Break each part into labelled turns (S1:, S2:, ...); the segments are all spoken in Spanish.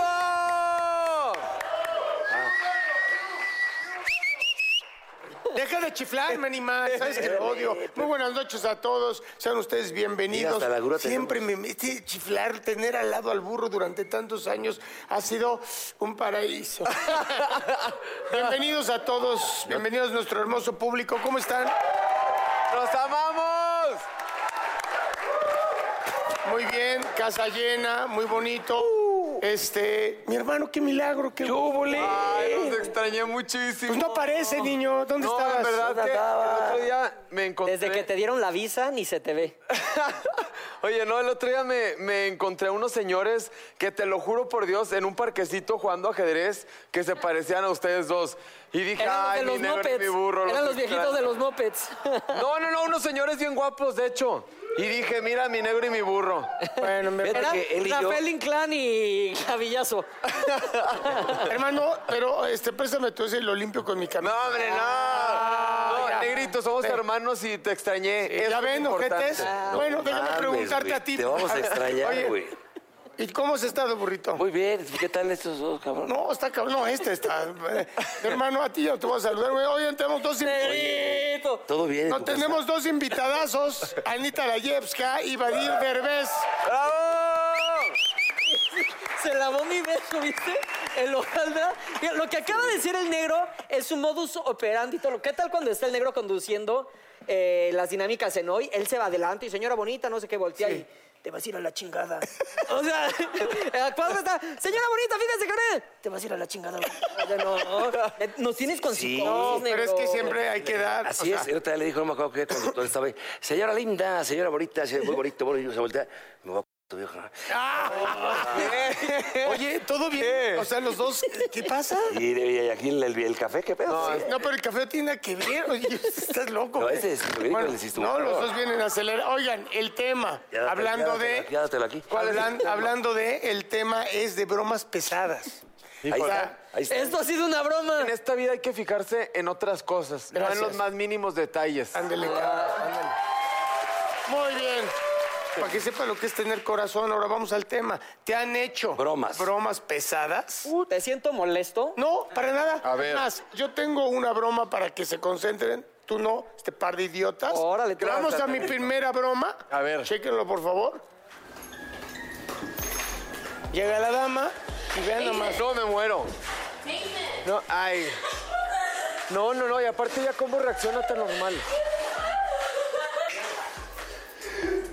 S1: ¡Bravo!
S2: Deja de chiflarme, animal. Sabes que lo odio. Muy buenas noches a todos. Sean ustedes bienvenidos.
S1: Mira, hasta la grúa
S2: Siempre me metí chiflar. Tener al lado al burro durante tantos años ha sido un paraíso. bienvenidos a todos. Bienvenidos a nuestro hermoso público. ¿Cómo están?
S1: ¡Los amamos!
S2: Muy bien. Casa llena. Muy bonito.
S1: Uh.
S2: Este, mi hermano, qué milagro. Qué
S1: Ay, los extrañé muchísimo.
S2: Pues no aparece, niño. ¿Dónde
S1: No,
S2: estabas?
S1: en verdad que el otro día me encontré...
S3: Desde que te dieron la visa, ni se te ve.
S1: Oye, no, el otro día me, me encontré unos señores que te lo juro por Dios, en un parquecito jugando ajedrez que se parecían a ustedes dos. Y dije,
S3: Eran los
S1: ay,
S3: de
S1: mi
S3: los
S1: negro y
S3: mopeds.
S1: mi burro.
S3: Eran los viejitos
S1: extraño".
S3: de los mopeds.
S1: No, no, no, unos señores bien guapos, de hecho. Y dije, mira, mi negro y mi burro.
S2: Bueno, me
S3: Era
S4: que él y yo-
S3: Rafael Inclán y Clavillazo.
S2: Hermano, pero este, préstame tú ese lo limpio con mi camisa.
S1: No, hombre, no.
S2: Ah,
S1: no, negrito, somos hermanos y te extrañé. Eso
S2: ya
S1: es
S2: ven,
S1: importante.
S2: ojetes. bueno, déjame
S4: mames,
S2: preguntarte
S4: Ah, güey,
S2: a ti.
S4: Te vamos a
S2: Oye,
S4: extrañar, güey.
S2: ¿Y cómo has estado, burrito?
S4: Muy bien, ¿qué tal estos dos, cabrón?
S2: No, está cabrón. No, este está. eh, hermano, a ti ya te voy a saludar, güey. Oye, tenemos dos invitados.
S3: Negrito.
S4: Todo bien. en
S2: No,
S4: tu casa?
S2: tenemos dos invitadazos. Anita Layevska y Vadir Derbez.
S1: ¡Bravo!
S3: Se lavó mi beso, ¿viste? El hojaldra. Mira, Lo que acaba de decir el negro es su modus operandi. todo lo- ¿Qué tal cuando está el negro conduciendo eh, las dinámicas en hoy? Él se va adelante y señora bonita, no sé qué, voltea y te vas a ir a la chingada. o sea, ¿cuándo está? Señora bonita, fíjese con él. Te vas a ir a la chingada. O sea, no, eh, nos tienes con
S4: Sí.
S3: psicosis,
S4: No,
S2: Pero es
S3: negro.
S2: que siempre hay que dar.
S4: Así
S2: o sea,
S4: es, yo te le dijo, no me acuerdo qué conductor estaba ahí. Señora linda, señora bonita, señora muy bonito, bueno, y yo se voltea, me voy a c- tu viejo. ¿no?
S2: ¡Ah! Oye, todo bien. O sea, los dos, ¿qué pasa?
S4: Y, y aquí el, el- el café, ¿qué pedo? Sí.
S2: No, pero el café no tiene nada que ver. Oye, estás loco.
S4: No,
S2: güey.
S4: ese es ridículo,
S2: Bueno,
S4: insisto.
S2: no, los dos vienen acelerado. Oigan, el tema.
S4: Ya dátelo,
S2: hablando
S4: ya dátelo,
S2: de.
S4: ya dátelo aquí.
S2: ¿Cuál es? Hablan- hablando de, el tema es de bromas pesadas.
S4: Ahí
S2: o
S4: está,
S2: sea,
S4: ahí está.
S3: Esto ha sido una broma.
S1: En esta vida hay que fijarse en otras cosas,
S2: Gracias.
S1: no en los más mínimos detalles.
S2: Ándele, cabrón, ándele. Muy bien. Para que sepa lo que es tener corazón, ahora vamos al tema. ¿Te han hecho
S4: Bromas.
S2: bromas pesadas?
S3: Uh, ¿Te siento molesto?
S2: No, para nada.
S1: A ver.
S2: Más, yo tengo una broma para que se concentren. Tú no, este par de idiotas.
S3: Órale, tú.
S2: Vamos a mi primera broma.
S1: A ver.
S2: Chéquenlo, por favor. Llega la dama y vean nomás.
S1: No, me muero. No, ay. No, no, no, y aparte ya cómo reacciona tan normal.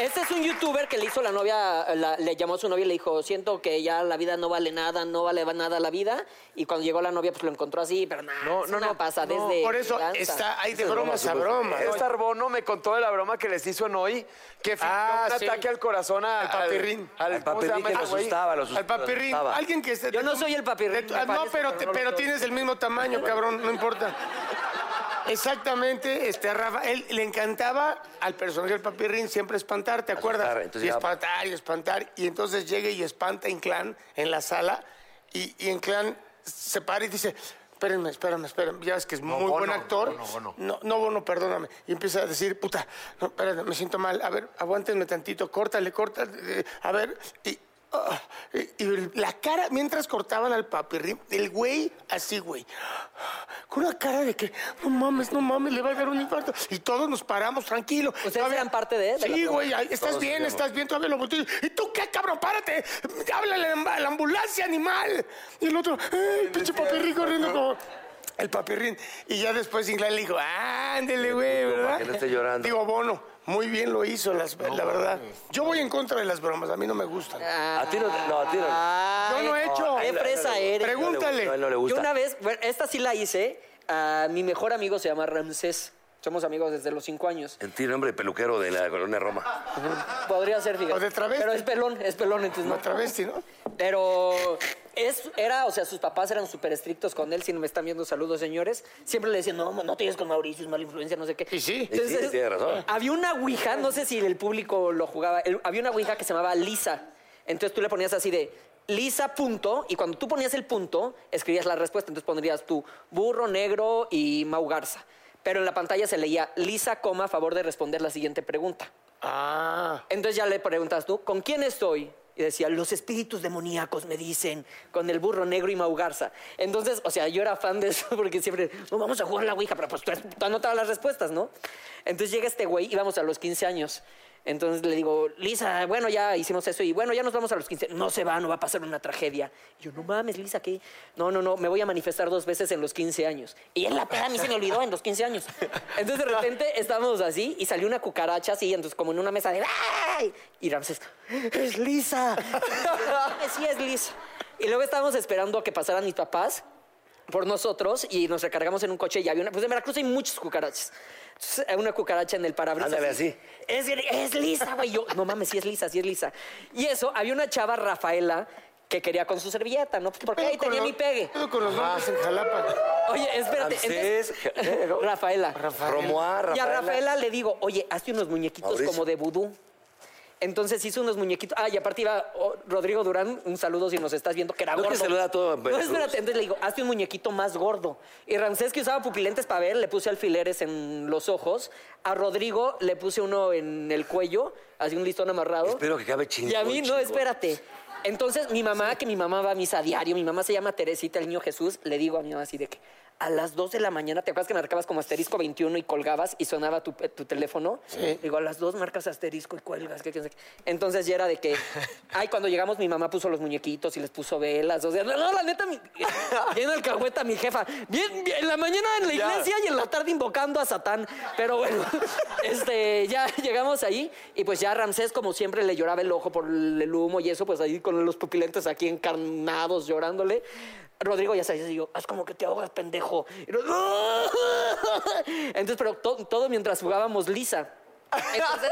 S3: Este es un youtuber que le hizo la novia, la- le llamó a su novia y le dijo, siento que ya la vida no vale nada, no vale nada la vida. Y cuando llegó la novia, pues lo encontró así, pero nada,
S1: No,
S3: no,
S1: no,
S3: no,
S1: no,
S3: pasa
S1: no.
S3: desde...
S2: Por eso
S3: lanza.
S2: está, hay de bromas a bromas.
S1: Este Arbono me contó de la broma que les hizo en hoy, que fingió
S2: Ah,
S1: un
S2: sí.
S1: ataque al corazón a-
S2: Al papirrín.
S1: Al,
S4: Al
S1: ¿cómo se
S4: papirrín
S1: llama
S4: que lo
S1: ese güey?
S4: asustaba, lo asustaba.
S2: Al papirrín.
S4: asustaba.
S2: Alguien que esté.
S3: Yo no soy el papirrín,
S2: de-
S3: me
S2: ah, no,
S3: parece,
S2: pero,
S3: pero
S2: te-
S3: no lo
S2: pero
S3: soy.
S2: tienes el mismo tamaño, cabrón, no importa. Exactamente, este a Rafa, él le encantaba al personaje del papirrín siempre espantar, ¿te acuerdas?
S4: Asustar, entonces
S2: y
S4: ya-
S2: espantar y espantar. Y entonces llega y espanta a Inclán en la sala y, y Inclán se para y dice, espérenme, espérenme, espérenme. Ya ves que es muy
S5: Bono,
S2: buen actor.
S5: Bono, Bono.
S2: No, no, Bono, perdóname. Y empieza a decir, puta, no, espérate, me siento mal. A ver, aguántenme tantito, córtale, córtale. eh, A ver, y, ah, y- y la cara, mientras cortaban al papirri, el güey así, güey. Con una cara de que, no mames, no mames, le va a dar un infarto. Y todos nos paramos, tranquilo.
S3: ¿Ustedes
S2: Todavía-
S3: eran parte de- de la
S2: Sí, güey, ay, estás
S4: Todos
S2: bien,
S4: estábamos.
S2: estás bien, todavía lo volteo. ¿Y tú qué, cabrón? Párate, háblale a la- a la ambulancia, animal. Y el otro, ¡ay, pinche papirri corriendo como... El papirrín. Y ya después Inglés le dijo, ándele, güey,
S4: puto,
S2: ¿verdad?
S4: para que no esté llorando.
S2: Digo, Bono, muy bien lo hizo, las- la verdad. Yo voy en contra de las bromas, a mí no me gustan.
S4: A ti no, no, a ti
S2: Ah.
S4: no.
S3: Yo
S2: no he hecho.
S3: Qué fresa eres.
S2: Pregúntale.
S4: No, a él no le
S3: Yo
S4: gusta.
S3: una vez, bueno, esta sí la hice. A mi mejor amigo se llama Ramsés. Somos amigos desde los cinco años.
S4: En ti, nombre de peluquero de la colonia Roma.
S3: Podría ser, fíjate.
S2: O de travesti.
S3: Pero es pelón, es pelón, entonces no.
S2: Una travesti, ¿no?
S3: Pero es, era, o sea, sus papás eran súper estrictos con él. Si me están viendo, saludos, señores. Siempre le decían, no, no te lleves con Mauricio, es mala influencia, no sé qué.
S2: Y sí.
S4: Y sí, tiene razón.
S3: Había una ouija, no sé si el público lo jugaba, el- había una ouija que se llamaba Lisa. Entonces tú le ponías así de Lisa punto, y cuando tú ponías el punto, escribías la respuesta. Entonces pondrías tú burro, negro y Mau Garza. Pero en la pantalla se leía Lisa, coma, a favor de responder la siguiente pregunta.
S2: Ah,
S3: Entonces ya le preguntas tú, ¿con quién estoy? Y decía, los espíritus demoníacos me dicen, con el burro negro y Maugarza. Entonces, o sea, yo era fan de eso porque siempre, no, vamos a jugar la Ouija, pero pues tú, has- tú anotabas las respuestas, ¿no? Entonces llega este güey, íbamos a los 15 años. Entonces le digo, Lisa, bueno, ya hicimos eso y bueno, ya nos vamos a los 15. No se va, no va a pasar una tragedia. Y yo, no mames, Lisa, ¿qué? No, no, no, me voy a manifestar dos veces en los 15 años. Y en la peda a mí se me olvidó en los 15 años. Entonces de repente estábamos así y salió una cucaracha así, entonces como en una mesa de ¡ay! Y Ramses, ¡es Lisa! sí, es Lisa. Y luego estábamos esperando a que pasaran mis papás por nosotros y nos recargamos en un coche y había una... Pues en Veracruz hay muchas cucarachas. Entonces, hay una cucaracha en el parabrisas.
S4: Ándale, así.
S3: Es, es lisa, güey. Yo, no mames, sí es lisa, sí es lisa. Y eso, había una chava, Rafaela, que quería con su servilleta, ¿no? Pues porque ahí
S2: con
S3: tenía
S2: lo-
S3: mi
S2: ¿qué
S3: pegue.
S2: pedo con los nombres en Jalapa.
S3: Oye, espérate.
S4: Ramsés,
S3: entonces- Rafaela.
S4: Romoá,
S3: Y a
S4: Rafaela.
S3: Rafaela le digo, oye, hazte unos muñequitos
S4: Mauricio.
S3: como de vudú. Entonces hizo unos muñequitos. Ah, y aparte iba oh, Rodrigo Durán, un saludo si nos estás viendo, que era
S4: ¿No te
S3: gordo.
S4: saluda a todo pues. en
S3: No, espérate.
S4: Veracruz?
S3: Entonces le digo, hazte un muñequito más gordo. Y Ramsés, que usaba pupilentes para ver, le puse alfileres en los ojos. A Rodrigo le puse uno en el cuello, así un listón amarrado.
S4: Espero que cabe chingón.
S3: Y a mí, no,
S4: chingón.
S3: espérate. Entonces, mi mamá, que mi mamá va a misa a diario, mi mamá se llama Teresita, el niño Jesús, le digo a mi mamá así de que a las 2 de la mañana, ¿te acuerdas que marcabas como asterisco 21 y colgabas y sonaba tu, eh, tu teléfono? Digo, a las 2 marcas asterisco y cuelgas. que quién sabe qué. Entonces ya era de que, ay, cuando llegamos mi mamá puso los muñequitos y les puso velas. O sea, no, no, la neta, mi, bien alcahueta mi jefa. Bien, bien, en la mañana en la iglesia y en la tarde invocando a Satán. Pero bueno, este, ya llegamos ahí y pues ya Ramsés, como siempre, le lloraba el ojo por el humo y eso, pues ahí con los pupilentes aquí encarnados llorándole. Rodrigo ya sabía, y yo, haz como que te ahogas, pendejo. Y nos- Entonces, pero to- todo mientras jugábamos lisa. Entonces,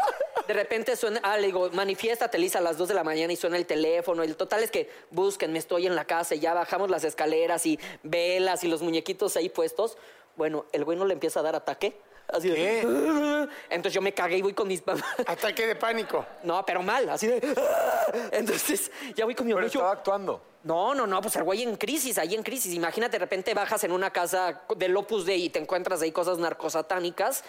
S3: de repente suena, ah, le digo, manifiéstate, Lisa, a las 2 de la mañana y suena el teléfono. El total es que busquen, me estoy en la casa y ya bajamos las escaleras y velas y los muñequitos ahí puestos. Bueno, el güey no le empieza a dar ataque. Así de- Entonces yo me cagué y voy con mis papás.
S2: Ataque de pánico.
S3: No, pero mal, así de. Entonces ya voy con mi
S1: Pero
S3: mamá. y yo,
S1: estaba actuando.
S3: no, no, no, pues el güey en crisis, ahí en crisis. Imagínate, de repente bajas en una casa del Opus Dei y te encuentras ahí cosas narcosatánicas.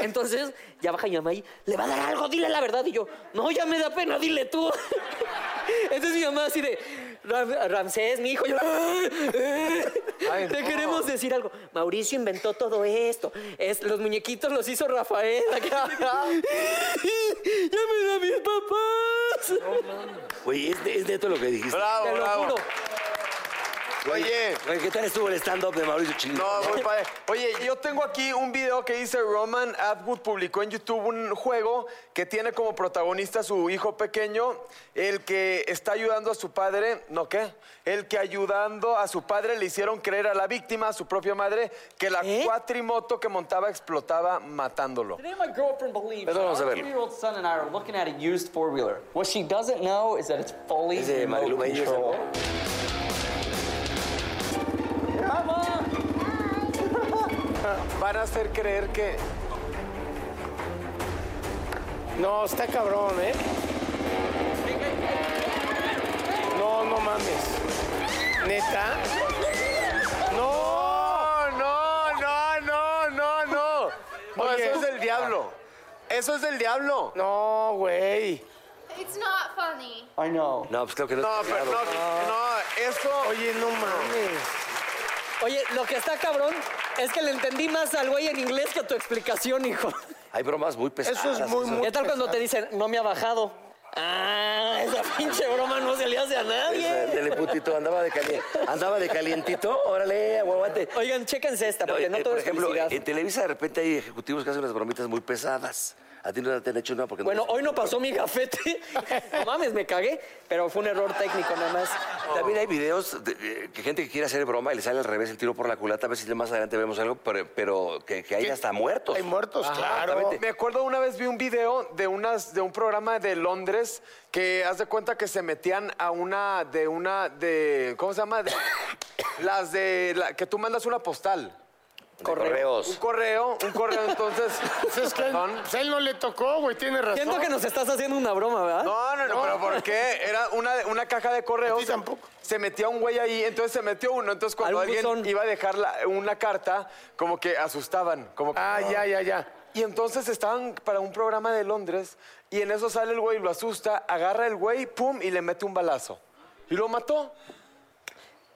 S3: Entonces, ya baja mi mamá y, ¿le va a dar algo? Dile la verdad. Y yo, no, ya me da pena, dile tú. Entonces mi mamá así de, "Ram- Ramsés, mi hijo, yo, "Ay, eh,
S1: Ay,
S3: te
S1: no.
S3: queremos decir algo. Mauricio inventó todo esto. Es, los muñequitos los hizo Rafael. ya me da mis papás.
S4: Güey, es, de- es neto lo que dijiste.
S1: Bravo,
S3: Te lo
S1: bravo.
S3: juro.
S4: Güey,
S1: Oye.
S4: güey, ¿qué tal estuvo el stand-up de Mauricio Chingón?
S1: No, muy padre. Oye, yo tengo aquí un video que dice Roman Atwood publicó en YouTube un juego que tiene como protagonista a su hijo pequeño, el que está ayudando a su padre, ¿no qué? El que ayudando a su padre le hicieron creer a la víctima, a su propia madre, que la
S3: ¿Eh?
S1: cuatrimoto que montaba explotaba matándolo.
S6: Today, my girlfriend believes
S4: Pero vamos a
S6: our
S4: ver.
S6: three-year-old son and I are looking at a used four-wheeler. What she doesn't know is that it's fully
S4: Es de
S6: remote
S4: Marilu Bello. ese,
S6: control.
S4: ¿no?
S1: Van a hacer creer que...
S2: No, está cabrón, ¿eh? No, no mames. ¿Neta? ¡No!
S1: del diablo. Eso es del diablo.
S2: No, güey.
S5: It's not funny.
S7: I know.
S8: No, pues creo que no.
S1: No, pero no, no, eso.
S2: Oye, no mames.
S3: Oye, lo que está cabrón es que le entendí más al güey en inglés que tu explicación, hijo.
S8: Hay bromas muy pesadas.
S2: Eso es muy, muy-
S3: ¿Qué tal cuando te dicen, no me ha bajado? Ah, esa pinche broma no se le hace a nadie.
S8: Ese Teleputito, andaba de calientito. Andaba de calientito, órale, aguante.
S3: Oigan, chéquense esta, porque no,
S8: eh,
S3: todo
S8: por
S3: es
S8: ejemplo,
S3: felicidad.
S8: en Televisa de repente hay ejecutivos que hacen unas bromitas muy pesadas. A ti no te han hecho una porque no
S3: Bueno,
S8: eres-
S3: hoy no pasó mi gafete. No mames, me cagué, pero fue un error técnico nada más.
S4: Oh.
S8: También hay videos de, eh, que gente que quiere hacer broma y le sale al revés el tiro por la culata. A ver si más adelante vemos algo, pero, pero que, que hay hasta muertos.
S2: Hay muertos, claro.
S8: exactamente.
S1: Me acuerdo una vez vi un video de unas de un programa de Londres que haz de cuenta que se metían a una de una de ¿cómo se llama? De- las de la- que tú mandas una postal.
S8: De correos.
S1: Un correo, un correo entonces.
S2: Pues es que
S1: Perdón.
S2: pues a él no le tocó, güey, tiene razón.
S3: Siento que nos estás haciendo una broma, ¿verdad?
S1: No, no, no, pero ¿por qué? Era una, una caja de correos.
S2: A ti tampoco.
S1: Se metía un güey ahí, entonces se metió uno. Entonces cuando
S3: Algún
S1: alguien
S3: buzón.
S1: iba a dejar la- una carta, como que asustaban. Como que-
S2: Ah, ya, ya, ya.
S1: Y entonces estaban para un programa de Londres y en eso sale el güey, lo asusta, agarra el güey, pum, y le mete un balazo. Y lo mató.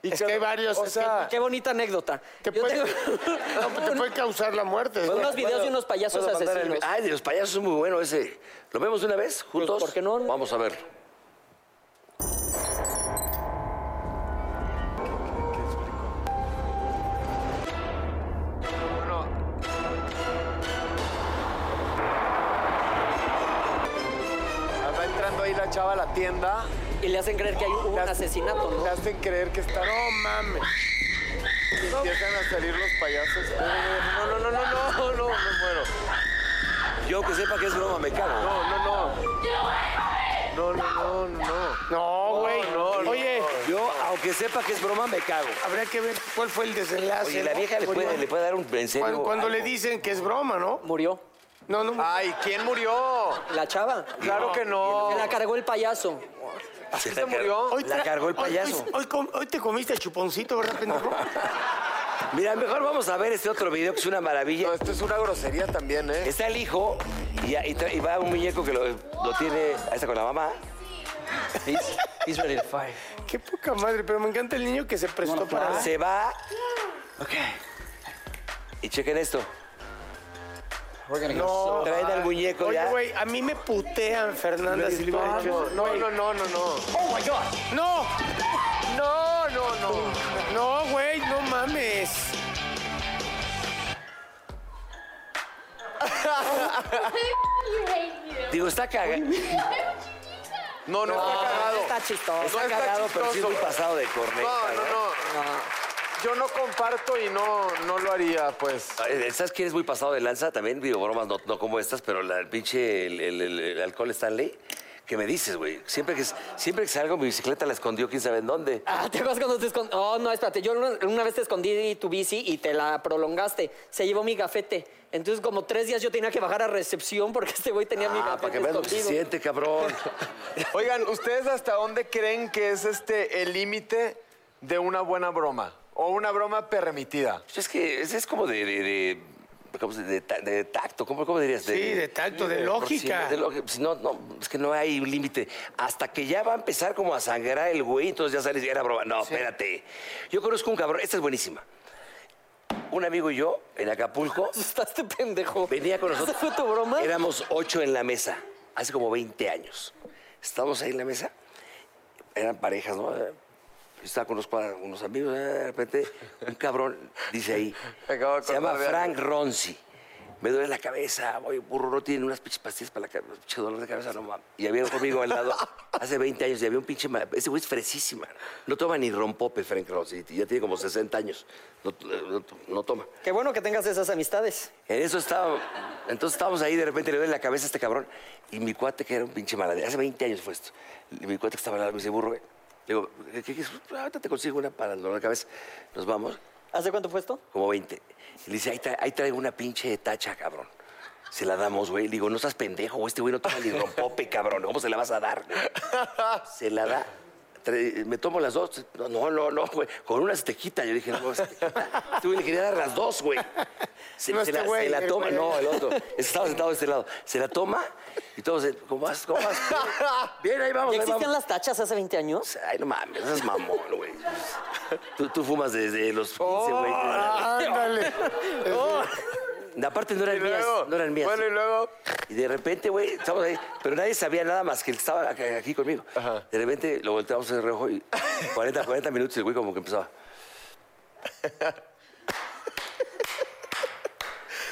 S1: Y
S2: Es que hay varios,
S1: O
S2: es que-
S1: sea,
S3: Qué bonita anécdota.
S2: Te
S3: Yo
S2: puede,
S3: tengo-
S2: no, pues, te puede causar la muerte.
S3: unos videos de unos payasos
S8: ¿Puedo mandar el-
S3: asesinos.
S8: Ay, de los payasos es muy bueno ese. ¿Lo vemos de una vez juntos?
S3: ¿por qué no?
S8: Vamos a ver.
S1: va entrando ahí la chava a la tienda.
S3: Y le hacen creer que hay un
S1: le hacen-
S3: asesinato,
S1: Le
S3: ¿no?
S1: hacen creer que está... No mames. Empiezan a salir los payasos. No, no, no, no, no, no, no, me muero.
S8: Yo que sepa que es broma, me cago.
S1: No, no, no. No, no, no, no.
S2: No, güey.
S1: no, no.
S2: Oye,
S8: Yo, aunque sepa que es broma, me cago.
S2: habrá que ver cuál fue el desenlace.
S8: Oye, la
S2: ¿no?
S8: vieja le
S2: Oye,
S8: puede, le puede dar un en serio
S2: Cuando, cuando le
S8: algo. Ah,
S2: dicen que es broma, ¿no?
S3: Murió.
S2: No, no.
S1: Ay, ¿quién murió?
S3: La chava.
S1: Claro que no.
S3: Se la cargó el payaso.
S8: Se
S1: ¿Se murió? pues,
S8: La
S2: tra-
S8: cargó el
S2: hoy- hoy-
S8: payaso.
S2: Hoy, com- hoy te comiste a chuponcito, ¿verdad, pendejo?
S8: Mira, mejor vamos a ver este otro video que es una maravilla.
S1: pues, No, este esto es una grosería también, ¿eh?
S8: Está el hijo y, y tra- y va un muñeco que lo, lo tiene. Ahí está con la mamá.
S7: He's, he's ready to fight.
S2: Qué poca madre, pero me encanta el niño que se prestó
S7: Wanna
S2: para...
S7: fly?
S8: Ah. Se va
S7: Okay.
S8: y chequen esto.
S7: We're gonna go.
S2: No.
S8: Traen al muñeco
S2: Oye,
S8: ya.
S2: güey, a mí me putean Fernanda si le hubiera dicho eso.
S1: No, no, no, no, no.
S8: Oh,
S2: ¡No!
S1: No, no, no.
S2: ¡No, güey! ¡No mames!
S5: you hate you.
S8: Digo, está cagado.
S1: No, no, está cagado.
S3: Está chistoso.
S8: Está
S1: está
S8: cagado, pero sí es
S1: chistoso.
S8: muy pasado de corneta.
S1: No, no,
S8: ¿eh?
S1: no. Yo no comparto y no, no lo haría, pues.
S8: Eh, ¿Sabes quién es muy pasado de lanza? También digo bromas, no, no como estas, pero la, el pinche el, el- el- el alcohol Stanley. ¿Qué me dices, güey? Siempre que, siempre que salgo, mi bicicleta la escondió quién sabe en dónde.
S3: Ah, ¿te acuerdas cuando te escondí? Oh, no, espérate. Yo una, una vez te escondí tu bici y te la prolongaste. Se llevó mi gafete. Entonces, como tres días yo tenía que bajar a recepción porque este güey tenía mi
S8: Ah,
S3: gafete
S8: para que veas lo que se
S3: escondido.
S8: siente, cabrón.
S1: Oigan, ¿ustedes hasta dónde creen que es este el límite de una buena broma? O una broma permitida.
S8: es que es, es como de, de, de- ¿cómo se dice? de ta- de tacto, ¿cómo, cómo dirías?
S2: Sí, de tacto, de lógica.
S8: Sí, de lógica. Pues no, no, es que no hay un límite. Hasta que ya va a empezar como a sangrar el güey, entonces ya sales, era broma. No, espérate. Yo conozco un cabrón, esta es buenísima. Un amigo y yo, en Acapulco,
S3: Asustaste, este pendejo.
S8: Venía con nosotros.
S3: ¿Esa fue tu broma?
S8: Éramos ocho en la mesa, hace como 20 años. Estábamos ahí en la mesa, eran parejas, ¿no? Eh, Estaba con unos, cuadra- unos amigos, eh, de repente un cabrón dice ahí,
S1: Me acabo de
S8: se llama
S1: acordar de algo.
S8: Frank Ronzi. Me duele la cabeza, voy burro, no tiene unas pinches pastillas para la cabeza, pinche dolor de cabeza, no mames. Y había conmigo al lado hace 20 años y había un pinche. ma- Ese güey es fresísima. No toma ni rompope, Frank Ronzi, ya tiene como 60 años. No, no- no toma.
S3: Qué bueno que tengas esas amistades.
S8: En eso estaba. Entonces estábamos ahí, de repente le doy la cabeza a este cabrón. Y mi cuate, que era un pinche maladero, hace 20 años fue esto. Y mi cuate que estaba al lado me dice, burro, güey. Le digo, ¿qué quieres? Ahorita te consigo una para el dolor de cabeza. Nos vamos,
S3: ¿Hace cuánto fue esto?
S8: como 20. Y le dice, ahí, tra- ahí traigo una pinche tacha, cabrón. Se la damos, güey. Le digo, no estás pendejo, güey. Este güey no toma ni rompope, cabrón. ¿Cómo se la vas a dar? güey?" Se la da. Tre- Me tomo las dos. No, no, no, no, güey. Con una se te quita. Yo dije, no, se te quita. Este güey le quería dar las dos, güey. Se,
S2: No
S8: se
S2: este
S8: la,
S2: güey,
S8: se la
S2: el
S8: toma,
S2: güey.
S8: no, el otro. Estaba sentado de este lado. Se la toma y todos, eh, ¿cómo vas? ¿Cómo vas? Bien, ahí vamos.
S3: ¿Ya
S8: ahí
S3: existían
S8: vamos.
S3: las tachas hace 20 años?
S8: Ay, no mames, no seas mamón, güey. Tú, tú fumas desde los 15, güey.
S2: Oh, Ah, Ándale. Oh.
S8: Aparte no eran mías, no eran mías.
S1: Bueno, y luego.
S8: Y de repente, güey, estamos ahí, pero nadie sabía nada más que el que estaba acá- aquí conmigo. De repente lo volteamos el reojo y 40, 40 minutos y el güey como que empezaba.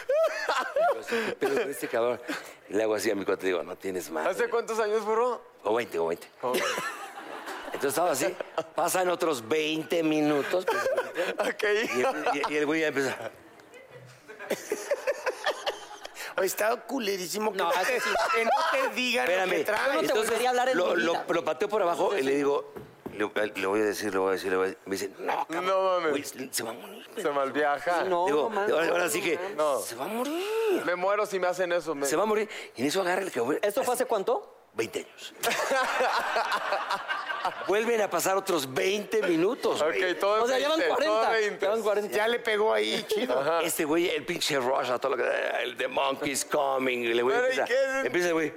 S8: Y yo así, ¿qué pedo con este cabrón? Y le hago así a mi cuate, digo, no tienes más.
S1: ¿Hace cuántos años, burro?
S8: O 20, o 20. Entonces estaba así, pasan otros 20 minutos. pues,
S1: Ok.
S8: y, el- y- y el güey ya empieza.
S2: Oye, está culerísimo que,
S3: No,
S2: no, te,
S3: eso sí.
S2: que no te digan
S8: Espérame.
S2: lo que tragan.
S3: Yo no te volvería a hablar en
S8: lo,
S3: mi
S8: lo,
S3: vida.
S8: lo pateo por abajo y le digo, le, eh, le voy a decir, le voy a decir, le voy a decir. Me dice, no, cabrón,
S1: No mames.
S8: güey, se se va a morir.
S1: Se malviaja.
S3: No,
S8: Ah, digo,
S3: no mames.
S8: ahora, ahora sí que,
S1: No.
S8: se va a morir.
S1: Me muero si me hacen eso. me-
S8: Se va a morir. Y en eso agarra el que
S3: ¿Esto fue hace cuánto?
S8: 20 años. Vuelven a pasar otros 20 minutos. güey.
S1: Ok, todo es
S3: O sea, ya van
S1: 20, todo
S3: 40.
S1: es 20.
S3: Ya van 40.
S2: Ya le pegó ahí, chido.
S8: Este güey, el pinche Rush, a todo lo que. El The Monkey's Coming. Y le güey
S1: Pero, ¿y
S8: empieza,
S1: qué?
S8: empieza el güey.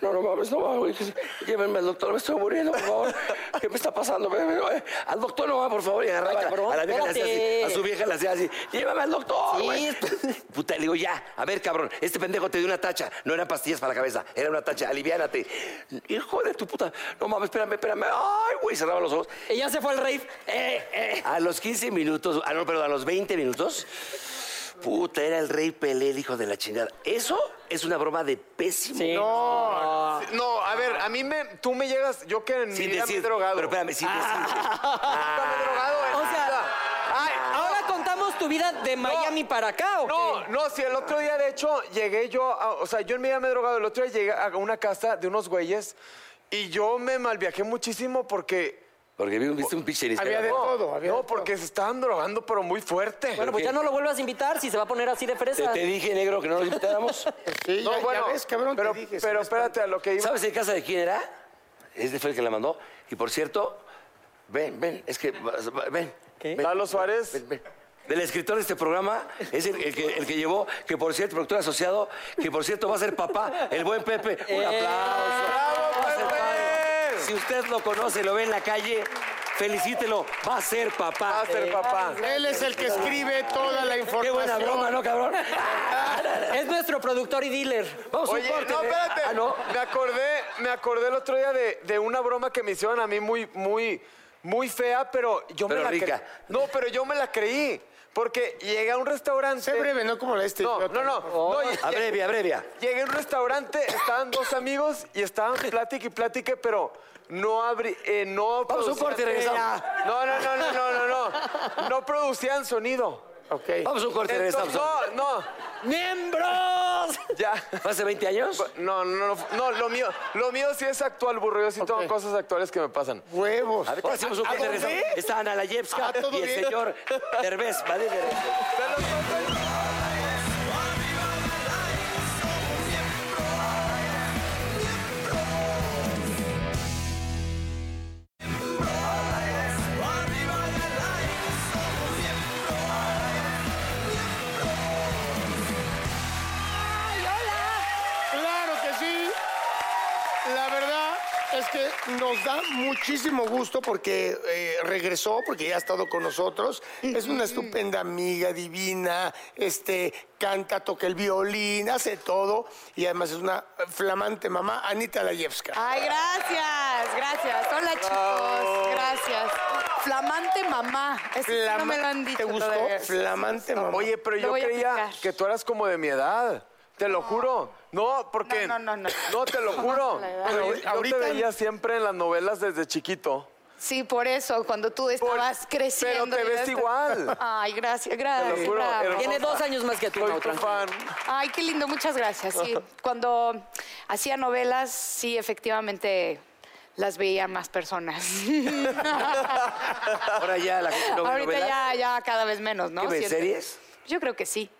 S8: No, no mames, no mames, güey. que- Llévenme al doctor, me estoy muriendo, por favor. ¿Qué me está pasando? Ve, ve, ve. Al doctor no va, por favor. Y agarraba a la-
S3: cabrón,
S8: a la vieja, la hacía así,
S3: espérate.
S8: a su vieja la hacía así. Llévame al doctor,
S3: Sí,
S8: güey.
S3: esto-
S8: Puta, le digo, ya, a ver, cabrón, este pendejo te dio una tacha. No eran pastillas para la cabeza, era una tacha, aliviánate. Hijo de tu puta. No mames, espérame, espérame. Ay, güey, cerraba los ojos.
S3: Y ya se fue al rave. Eh, eh.
S8: A los 15 minutos, ah, no, perdón, a los 20 minutos. Puta, era el rey Pelé, el hijo de la chingada. Eso es una broma de pésimo.
S3: Sí.
S1: No, a ver, a mí me, tú me llegas, yo que en
S8: Ah. Sin
S1: mi vida me he
S8: decir.
S1: drogado.
S8: Pero espérame, sin
S3: Ah.
S8: decir.
S1: Nunca me he drogado en
S3: O sea,
S8: Ah,
S1: vida.
S3: Ay, ah, ahora contamos tu vida de Miami para acá, ¿o
S1: No,
S3: qué?
S1: no, si el otro día, de hecho, llegué yo, a- o sea, yo en mi vida me he drogado, el otro día llegué a una casa de unos güeyes y yo me malviajé muchísimo porque...
S8: Porque vi- viste un pinche
S2: Había de
S8: Había
S2: todo, había de
S1: no, porque se estaban drogando, pero muy fuerte.
S3: Bueno, pues ya no lo vuelvas a invitar si se va a poner así de
S8: te,
S3: fresa.
S8: te dije, negro, que no nos invitáramos.
S2: Sí, ya, ya ves, cabrón,
S1: pero,
S2: te dije.
S1: pero
S2: sí,
S1: espérate a lo que iba.
S8: ¿Sabes en casa de quién era? Este fue el que la mandó. Y por cierto, ven, ven, es que, vas- va- ven.
S3: ¿Qué?
S8: ven,
S1: Lalo Suárez.
S8: ven, ven. Del escritor de este programa es el, el que, el que llevó, que por cierto, productor asociado, que por cierto va a ser papá, el buen Pepe.
S2: Eh,
S8: Un aplauso.
S1: ¡Bravo,
S8: Va a ser
S1: Pepe!
S8: padre. Si usted lo conoce, lo ve en la calle, felicítelo. Va a ser papá.
S1: Va a ser
S8: Eh,
S1: papá.
S2: Él es el que escribe toda la
S8: Qué
S2: información.
S8: buena broma, ¿no, cabrón?
S3: Es nuestro productor y dealer.
S8: Vamos a un
S1: Oye,
S8: corte,
S1: no,
S8: ¿eh?
S1: espérate.
S8: Ah, no.
S1: Me acordé, me acordé el otro día de, de una broma que me hicieron a mí muy, muy, muy fea, pero yo
S8: Pero
S1: me la cre-
S8: rica.
S1: No, pero yo me la creí. Porque llegué a un restaurante.
S2: Sé breve, no como la de este.
S1: No,
S2: idiota.
S1: no, no. no, lle-
S8: Abrevia, abrevia.
S1: Llegué a un restaurante, estaban dos amigos y estaban plática y plática, pero no abrí, eh, no
S8: Vamos a un
S1: producían-
S8: corte y regresamos.
S1: No, no, no, no, no, no, no. No producían sonido.
S2: Ok.
S8: Vamos a un corte,
S1: Entonces,
S8: regresamos.
S1: no, no.
S3: ¡Miembros!
S1: Ya.
S8: ¿Fue ¿Hace 20 años?
S2: Pues,
S1: No, no, no, no, lo mío, lo mío sí es actual, burro. Yo sí tengo
S2: Ok.
S1: cosas actuales que me pasan.
S2: Huevos.
S8: A ver, hacemos un corte,
S2: dónde?
S8: regresamos. Está Ana Layevska
S2: Ah, ¿todo
S8: y el
S2: bien?
S8: señor Derbez. Va de derecho.
S1: Te los cuento en
S2: Claro que sí. La verdad es que nos da muchísimo gusto porque eh, regresó, porque ya ha estado con nosotros. Es una estupenda amiga, divina, este, canta, toca el violín, hace todo. Y además es una flamante mamá, Anita Layevska.
S9: Ay, gracias, gracias. Hola, chicos. Gracias. Flamante mamá. Eso sí no me lo han dicho
S2: ¿Te gustó?
S9: todavía.
S2: Flamante mamá.
S1: Oye, pero
S9: Lo
S1: yo
S9: voy a
S1: creía
S9: aplicar.
S1: que tú eras como de mi edad. Te lo juro. No, porque.
S9: No, no, no, no.
S1: te lo juro.
S9: La edad.
S1: Pero
S2: Ahori-
S1: yo
S2: ahorita-
S1: te veía siempre en las novelas desde chiquito.
S9: Sí, por eso, cuando tú
S1: Por-
S9: estabas creciendo.
S1: pero te
S9: y
S1: ves
S9: esto- Ah.
S1: igual.
S9: Ay, gracias,
S1: Te
S9: gracias.
S1: lo juro.
S9: bravo.
S1: hermosa.
S3: Tiene dos años más que tú,
S1: Soy
S3: no,
S1: tu
S3: tranquilo.
S1: fan.
S9: Ay, qué lindo, muchas gracias. Sí, cuando hacía novelas, sí, efectivamente las veía más personas.
S8: Ahora ya la gente no ve
S9: Ahorita
S8: novelas.
S9: ya, ya cada vez menos, ¿no?
S8: ¿Qué ves,
S9: Siento.
S8: series?
S9: Yo creo que sí.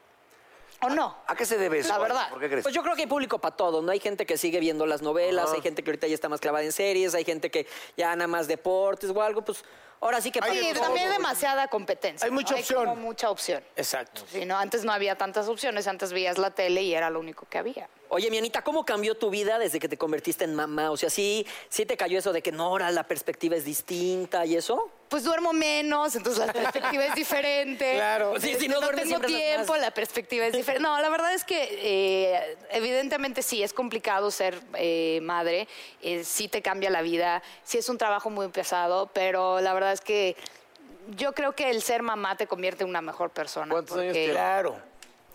S9: ¿O no?
S8: ¿A qué se debe eso?
S9: La verdad.
S8: ¿Por qué crees?
S3: Pues yo creo que hay público para todo, ¿no? Hay gente que sigue viendo las novelas, hay gente que ahorita ya está más clavada en series, hay gente que ya nada más deportes o algo, pues Ahora sí que
S2: Hay
S3: pague
S9: Sí,
S2: de
S3: todo.
S9: también hay demasiada competencia.
S2: Hay mucha
S9: ¿no?
S2: opción.
S9: como mucha opción.
S2: Exacto.
S9: Sí, ¿no? Antes no había tantas opciones, antes veías la tele y era lo único que había.
S3: Oye, mi Anita, ¿cómo cambió tu vida desde que te convertiste en mamá? O sea, ¿sí, sí te cayó eso de que no, ahora la perspectiva es distinta y eso?
S9: Pues duermo menos, entonces la perspectiva es diferente.
S2: Claro.
S3: Sí, si no duermes
S9: tengo
S3: siempre las
S9: tiempo,
S3: más.
S9: la perspectiva es diferente. No, la verdad es que eh, evidentemente sí, es complicado ser eh, madre, eh, sí te cambia la vida, sí es un trabajo muy pesado, pero la verdad es que yo creo que el ser mamá te convierte en una mejor persona.
S1: ¿Cuántos años
S9: porque-
S1: tienes?
S2: Claro.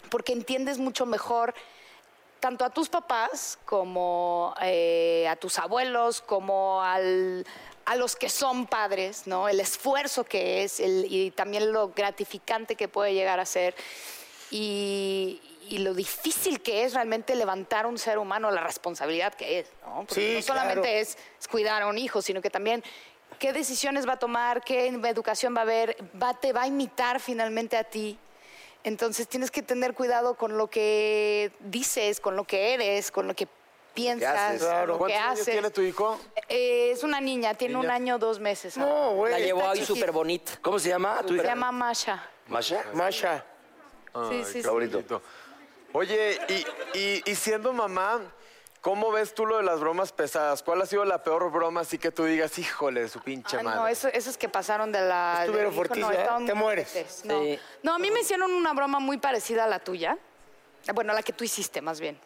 S9: porque entiendes mucho mejor tanto a tus papás como eh, a tus abuelos, como al- a los que son padres, ¿no? El esfuerzo que es el- y también lo gratificante que puede llegar a ser y, y lo difícil que es realmente levantar a un ser humano, la responsabilidad que es, ¿no? Porque
S2: Sí,
S9: no solamente
S2: claro.
S9: es, es cuidar a un hijo, sino que también qué decisiones va a tomar, qué educación va a haber, va, te va a imitar finalmente a ti. Entonces tienes que tener cuidado con lo que dices, con lo que eres, con lo que piensas,
S4: haces?
S9: con lo que
S1: ¿Cuántos años
S9: haces.
S1: tiene tu hijo?
S9: Eh, es una niña, tiene un
S1: Niña.
S9: año, dos meses. ahora.
S2: No, güey.
S3: La llevó
S2: está
S3: ahí
S2: chiquita.
S3: súper bonita.
S4: ¿Cómo se llama tu
S9: Se
S4: hija?
S9: llama Masha.
S4: ¿Masha?
S2: Masha.
S9: sí, sí,
S4: Está bonito.
S1: Oye, y, y- y siendo mamá, ¿cómo ves tú lo de las bromas pesadas? ¿Cuál ha sido la peor broma así que tú digas, híjole, de su pinche
S9: Ah,
S1: madre?
S9: no, eso- esos que pasaron de la...
S2: Estuvieron
S9: del hijo,
S2: fuertísimos, ¿eh?
S9: estaban
S2: Te
S9: muy
S2: mueres.
S9: fuertes, No.
S3: Sí.
S9: No, a mí me hicieron una broma muy parecida a la tuya. Eh, Bueno, la que tú hiciste, más bien.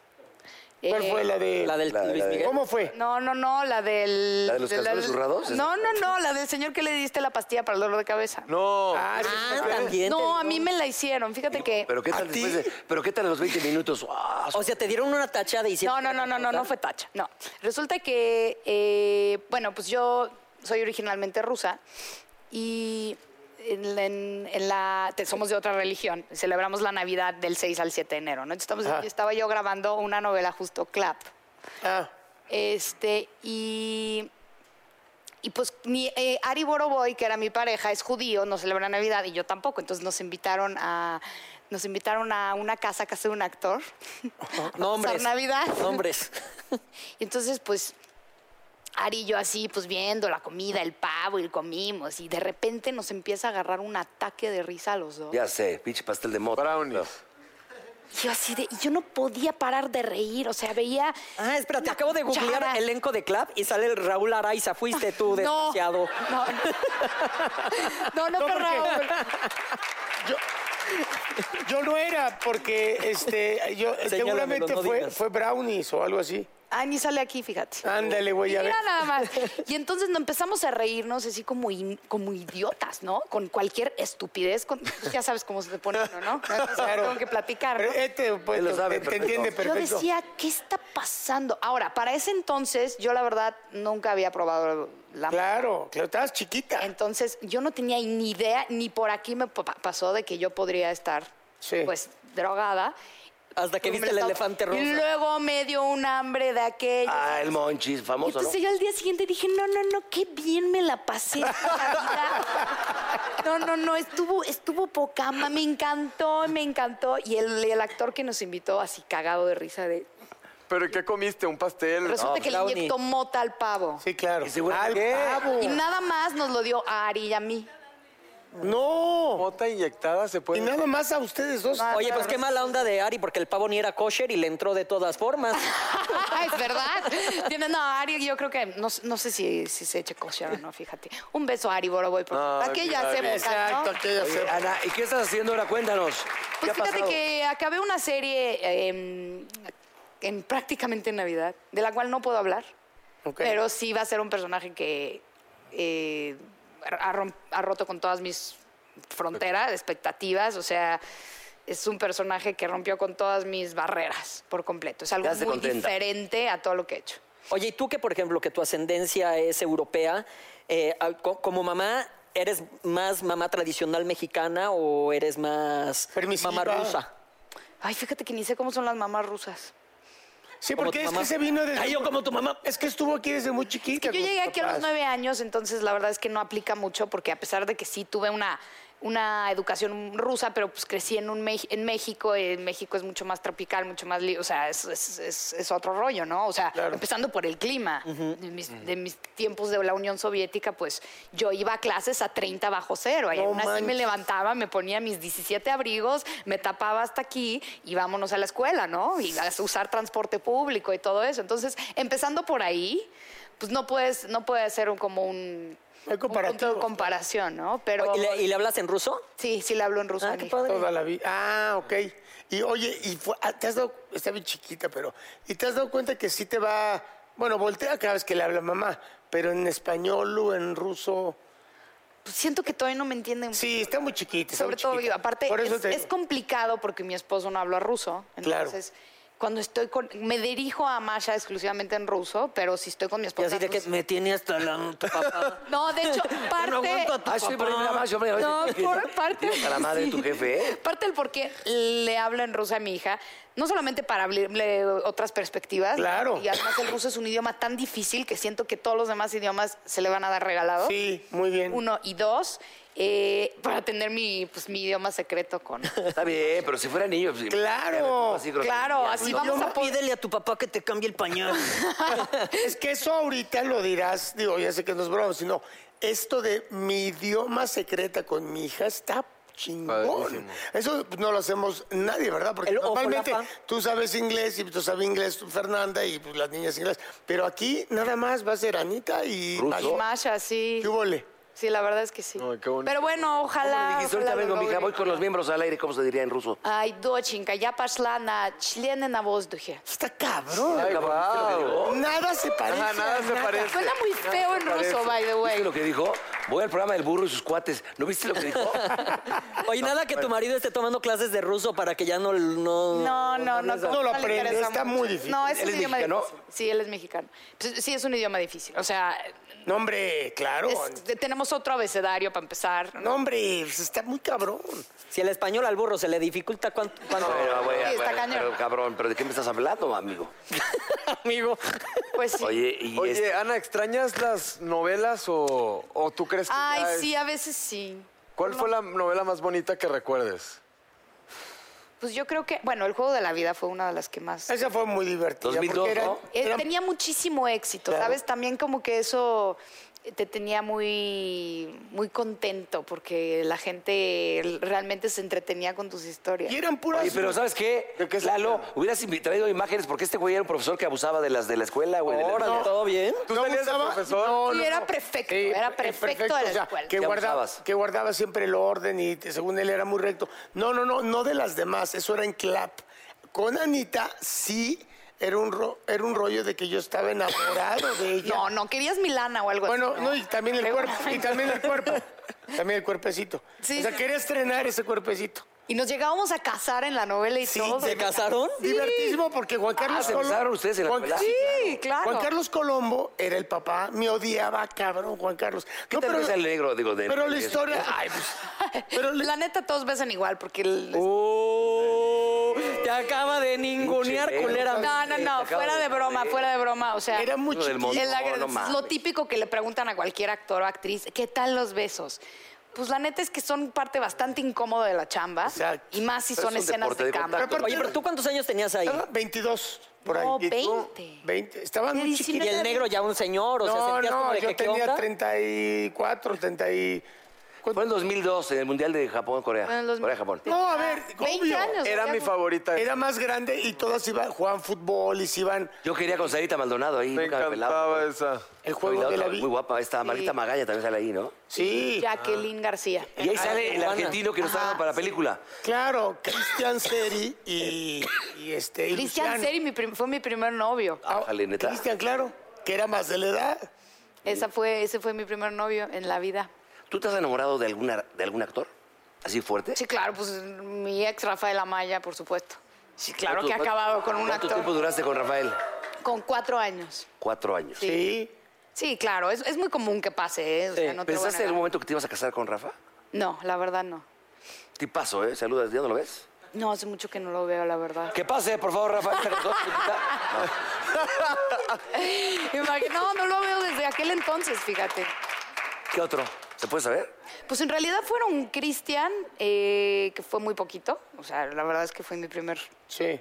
S2: ¿Cuál
S9: Eh,
S2: fue la de...?
S3: La del
S4: La- la
S3: Luis
S4: de-
S3: Miguel.
S2: ¿Cómo fue?
S9: No, no, no, la del...
S4: ¿La de los calzones zurrados?
S9: No, no, no, la del señor que le diste la pastilla para el dolor de cabeza.
S1: No.
S2: Ah,
S3: Ah, también. te
S9: No, a
S3: digo.
S9: mí me la hicieron, fíjate que...
S4: ¿Pero qué
S2: ¿A
S4: tal
S2: ti?
S4: después de- ¿Pero qué tal a los 20 minutos? ¡Ah!
S3: O sea, te dieron una tachada y hicieron...
S9: No, no, no, no, no, no fue tacha. No. Resulta que, eh, bueno, pues yo soy originalmente rusa y en, la- en- en la, te- somos de otra religión. Celebramos la Navidad del 6 al 7 de enero, ¿no? Entonces, estamos-
S2: Ajá.
S9: yo estaba yo grabando una novela justo, Clap.
S2: Ah,
S9: Este, y. Y pues mi, eh, Ari Boroboy, que era mi pareja, es judío, no celebra Navidad y yo tampoco. Entonces nos invitaron a, nos invitaron a una casa, casa de un actor.
S3: Nombres.
S9: Pasar Navidad.
S3: Nombres.
S9: Y entonces, pues, Ari y yo así, pues viendo la comida, el pavo y comimos. Y de repente nos empieza a agarrar un ataque de risa a los dos.
S4: Ya sé, pinche pastel de mota.
S1: Brownies.
S9: Y yo así de, y yo no podía parar de reír. O sea, veía.
S3: Ah, espérate,
S9: una
S3: acabo de googlear
S9: cuchara.
S3: elenco de Clap y sale el Raúl Araiza. Fuiste tú,
S9: No,
S3: desgraciado.
S9: No, no, no, fue Raúl.
S2: yo no era, porque este, yo,
S3: Señálamelo,
S2: seguramente
S3: no
S2: fue,
S3: digas.
S2: fue brownies o algo así.
S9: Ay, Ah, ni sale aquí, fíjate.
S3: Ah,
S2: Ándale, güey, ya ves.
S9: Mira nada más. Y entonces nos empezamos a reírnos así como, in- como idiotas, ¿no? Con cualquier estupidez. con- ya sabes cómo se te pone uno, ¿no?
S2: Claro.
S9: Tengo que platicar. ¿no?
S3: Eh,
S2: Pero este, pues,
S4: Él lo sabe
S2: te, te
S4: perfecto.
S2: entiende
S9: Yo
S2: perfecto.
S9: decía, ¿qué está pasando? Ahora, para ese entonces, yo la verdad nunca había probado la
S2: Claro, claro, estabas chiquita.
S9: Entonces, yo no tenía ni idea, ni por aquí me pa- pasó de que yo podría estar,
S2: Sí.
S9: pues, drogada.
S3: Hasta que
S9: Yo me
S3: viste el
S9: estaba-
S3: elefante rosa.
S9: Y luego me dio un hambre de aquello.
S4: Ah, el monchis,
S9: Y
S4: famoso, ¿no?
S9: entonces yo al día siguiente dije, no, no, no, qué bien me la pasé. esta Navidad. No, no, no, estuvo, estuvo poca, ma, me encantó, me encantó. Y el, el actor que nos invitó, así cagado de risa, de,
S1: ¿Pero qué comiste? ¿Un pastel?
S9: resulta que le
S3: brownie.
S9: inyectó mota al pavo.
S2: Sí, claro.
S4: ¿Y seguro
S2: Al
S4: qué?
S2: pavo.
S9: Y nada más nos lo dio a Ari y a mí.
S2: No.
S1: ¿Mota inyectada se
S2: Y
S1: puede...?
S2: nada más a ustedes dos.
S3: Oye, pues qué mala onda de Ari, porque el pavo ni era kosher y le entró de todas formas.
S9: es verdad. Tiene- no, Ari, yo creo que no, no sé si, si se eche kosher o no, fíjate. Un beso a Ari Boroboy, porque
S1: Ay,
S9: aquella
S1: Ari.
S9: época, ¿no?
S2: Exacto, aquella
S4: Oye,
S2: se-
S3: ah,
S4: Ana, ¿y qué estás haciendo ahora? Cuéntanos. ¿Qué
S9: Pues
S4: ha
S9: fíjate
S4: pasado?
S9: que acabé una serie eh, en prácticamente en Navidad, de la cual no puedo hablar,
S2: Ok.
S9: pero sí va a ser un personaje que eh, ha, rom- ha roto con todas mis fronteras, expectativas, o sea, es un personaje que rompió con todas mis barreras por completo. Es algo
S4: Ya se
S9: muy
S4: contenta.
S9: diferente a todo lo que he hecho.
S3: Oye, y tú que, por ejemplo, que tu ascendencia es europea, eh, al- co- como mamá, ¿eres más mamá tradicional mexicana o eres más
S2: Permisiva.
S3: mamá rusa?
S9: Ay, fíjate que ni sé cómo son las mamás rusas.
S2: Sí,
S3: Como
S2: porque
S3: tu
S2: es
S3: mamá.
S2: que se vino desde...
S3: Ay, yo como tu mamá.
S2: Es que estuvo aquí desde muy chiquita.
S9: Yo
S2: con
S9: llegué
S2: sus
S9: aquí a los
S2: papás.
S9: nueve años, entonces la verdad es que no aplica mucho porque a pesar de que sí tuve una una educación rusa, pero pues crecí en, un, Mex- en México, en México es mucho más tropical, mucho más, li- o sea, es, es- es- es otro rollo, ¿no? O sea, empezando por el clima. de, mis, de mis tiempos de la Unión Soviética, pues yo iba a clases a 30 bajo cero, y
S2: No
S9: aún así me
S2: manches.
S9: levantaba, me ponía mis 17 abrigos, me tapaba hasta aquí y vámonos a la escuela, ¿no? Y a usar transporte público y todo eso. Entonces, empezando por ahí, pues no puedes, no puede ser un, como un,
S2: Hay
S9: un punto
S2: comparativos,
S9: de comparación, ¿no? Pero
S3: ¿Y le, y le hablas en ruso?
S9: sí, sí le hablo en ruso. a mi hija.
S3: padre.
S2: Toda la vida. Ah, ok. Y oye, y fue- ah, te has dado, está bien chiquita, pero, ¿y te has dado cuenta que sí te va, bueno, voltea cada vez que le habla mamá, pero en español o en ruso?
S9: Pues siento que todavía no me entienden.
S2: Sí, está muy chiquita. está muy
S9: Sobre todo,
S2: chiquita.
S9: yo, aparte,
S2: Por eso
S9: es,
S2: te-
S9: es complicado porque mi esposo no habla ruso.
S2: Claro.
S9: Entonces, cuando estoy con. Me dirijo a Masha exclusivamente en ruso, pero si estoy con mi pues
S3: Y
S9: esposo.
S3: así de que me tiene hasta la tu papá.
S9: No, de hecho, parte.
S4: Ah, sí, pero mira más, yo me
S9: No, por parte.
S4: A la madre de tu
S9: sí.
S4: jefe, ¿eh?
S9: Parte del por qué le hablo en ruso a mi hija, no solamente para abrirle otras perspectivas.
S2: Claro.
S9: Y además el ruso es un idioma tan difícil que siento que todos los demás idiomas se le van a dar regalados.
S2: Sí, muy bien.
S9: Uno y dos, eh, para tener mi, pues, mi idioma secreto con.
S4: Está bien, pero si fuera niño. pues,
S2: Claro,
S4: ya me tomo así grosería,
S9: claro,
S4: ¿no?
S9: así
S4: No,
S9: vamos
S4: no,
S9: a poder.
S3: Pídele a tu papá que te cambie el pañal.
S2: Es que eso ahorita lo dirás, digo, ya sé que no es broma, sino esto de mi idioma secreta con mi hija está chingón.
S4: Padrísimo.
S2: Eso no lo hacemos nadie, ¿verdad? Porque
S3: El ojo,
S2: normalmente
S3: Rafa.
S2: tú sabes inglés y tú sabes inglés tú, Fernanda y pues, las niñas inglés. Pero aquí nada más va a ser Anita y...
S4: Ruso.
S2: Mayo.
S9: Y Masha, sí.
S2: ¿Qué vole?
S9: Sí, la verdad es que sí.
S1: Ay, qué bonito.
S9: Pero bueno, ojalá.
S4: Dijiste, ahorita
S9: ojalá lo
S4: vengo, mija,
S9: logre.
S4: voy con los miembros al aire, ¿cómo se diría en ruso?
S9: Ay, доченька, я пошла на члены на воздухе.
S2: Está cabrón.
S1: Ay, wow.
S2: Nada se parece.
S1: Ajá, nada
S2: a
S1: se parece.
S9: Suena muy feo en ruso, by the
S4: ¿Viste lo
S9: way.
S4: que dijo? Voy al programa del burro y sus cuates. ¿No viste lo que dijo?
S3: Oye, nada que tu marido esté tomando clases de ruso para que ya no... No,
S9: No, no, no.
S2: No lo
S9: le
S2: aprende,
S9: interesa
S2: está
S9: mucho.
S2: muy difícil.
S9: No, es
S4: ¿Él
S9: un
S4: es
S9: idioma
S4: mexicano?
S9: difícil. Sí, él es mexicano. Pues, sí, es un idioma difícil. O sea,
S2: No, hombre, claro.
S9: es- tenemos otro abecedario para empezar.
S2: No, hombre, pues, está muy cabrón.
S3: Si el español al burro se le dificulta, ¿cuánto? cuánto?
S4: Pero, güey,
S9: Sí, está
S4: pero,
S9: cañón.
S4: pero, cabrón, ¿pero de qué me estás hablando, amigo?
S3: Amigo.
S9: Pues sí.
S4: Oye, y
S1: Oye,
S4: este-
S1: Ana, ¿extrañas las novelas o, o tú crees que
S9: Ay,
S1: ya es-
S9: sí, a veces sí.
S1: ¿Cuál fue la novela más bonita que recuerdes?
S9: Pues yo creo que, bueno, el juego de la vida fue una de las que más
S2: Esa fue muy divertida.
S4: 2002,
S2: porque era-
S4: ¿no?
S9: Eh,
S2: era-
S9: tenía muchísimo éxito, ¿sabes? También como que eso eh, te tenía muy, muy contento porque la gente realmente se entretenía con tus historias.
S2: Y eran puras...
S4: Oye, pero ¿sabes qué?
S1: ¿De qué se
S4: Lalo,
S1: trata?
S4: hubieras invi- traído imágenes porque este güey era un profesor que abusaba de las de la escuela, güey. de las-
S3: Órale, ¿todo bien?
S1: ¿Tú
S2: ¿No
S1: salías de
S2: abusaba?
S1: profesor?
S9: Sí, era perfecto, era
S2: eh,
S9: perfecto de la
S2: o sea,
S9: escuela.
S2: que,
S4: Ya
S2: guardaba,
S4: abusabas.
S2: que guardaba siempre el orden y te- según él era muy recto. No, no, no, no de las demás, eso era en clap. Con Anita sí era un, ro- era un rollo de que yo estaba enamorado de ella.
S9: No, pues no, querías Milana o algo
S2: Bueno,
S9: así.
S2: no, y también el cuerpo, y también el cuerpo. También el cuerpecito.
S9: Sí.
S2: O sea, quería estrenar ese cuerpecito.
S9: Y nos llegábamos a casar en la novela y
S2: Sí,
S9: todo.
S3: ¿Se casaron?
S2: Divertísimo porque Juan Carlos
S4: Ah, ¿se
S2: Colom-
S4: besaron ustedes en la
S2: Juan-
S4: novela?
S9: Sí, claro.
S2: Juan Carlos Colombo era el papá, me odiaba, cabrón, Juan Carlos. No,
S4: te ves al negro, digo, de-
S2: Pero la
S4: de-
S2: historia. Ay, pues, pero la-
S9: La neta, todos besan igual porque... el-
S3: Oh, te acaba de ningunear,
S4: Pinche
S3: culera.
S9: No, no, no, fuera de broma, fuera de broma. O sea,
S2: era muy
S4: Uno del
S2: chiquito.
S4: mundo.
S9: El agra-
S4: No, no
S9: es
S4: mames.
S9: lo típico que le preguntan a cualquier actor o actriz, ¿qué tal los besos? Pues la neta es que son parte bastante incómoda de la chamba.
S2: Exacto.
S9: Y más si
S4: Pero
S9: son
S4: es un
S9: escenas
S4: deporte
S9: de
S4: de
S9: cama.
S4: contacto.
S3: Oye, pero ¿tú cuántos años tenías ahí?
S2: Estaba 22 ¿Ah? por ahí.
S9: No,
S2: ¿Y tú?
S9: 20.
S2: 20. Estaban muy
S9: diecinueve.
S3: Y
S2: chiquitos.
S3: el negro ya un señor, o sea,
S2: No,
S3: sentías como
S2: no,
S3: de
S2: yo
S3: que qué
S2: tenía
S3: onda.
S2: 34, 30 y...
S4: Fue en 2002, en el Mundial de Japón, Corea.
S9: Bueno, los-
S4: Corea-Japón.
S2: No, a ver,
S9: 20
S2: obvio.
S9: años.
S1: Era mi favorita.
S2: Era más grande y todas iban, jugaban fútbol y se iban
S4: Yo quería con Sarita Maldonado ahí,
S1: Me
S4: nunca me pelaba.
S1: encantaba esa.
S2: el juego de la
S4: Muy
S2: vida.
S4: guapa, esta Marita Magaña también sale ahí, ¿no?
S2: Sí, Ah.
S9: Jacqueline García.
S4: Y ahí sale el
S3: cubana.
S4: argentino que nos está dando para la película.
S2: claro, Cristian Seri y, y este... y
S9: Cristian
S2: Luciano.
S9: Seri mi prim- fue mi primer novio.
S2: Ah,
S4: Ájale, neta.
S2: Cristian, claro, que era más de la edad.
S9: Esa fue, ese fue mi primer novio en la vida.
S4: ¿Tú te has enamorado de, alguna, de algún actor? ¿Así fuerte?
S9: Sí, claro, pues mi ex Rafael Amaya, por supuesto. Sí, claro
S4: ¿Cuánto-
S9: que ha acabado con un
S4: ¿Cuánto tiempo
S9: actor.
S4: duraste con Rafael?
S9: Con cuatro años.
S4: Cuatro años.
S2: Sí.
S9: Sí, claro, es, es muy común que pase. ¿eh? O sea, no te lo voy a
S4: ¿Pensaste en
S9: negar.
S4: algún momento que te ibas a casar con Rafa?
S9: No, la verdad no.
S4: Tipazo, ¿eh? Saludas, ¿ya no lo ves?
S9: No, hace mucho que no lo veo, la verdad.
S4: Que pase, por favor, Rafa. Está con nosotros, chiquita.
S9: Imagina- No, no lo veo desde aquel entonces, fíjate.
S4: ¿Qué otro?
S8: ¿Se puede saber?
S9: Pues en realidad fueron Cristian, eh, que fue muy poquito. O sea, la verdad es que fue mi primer.
S10: Sí.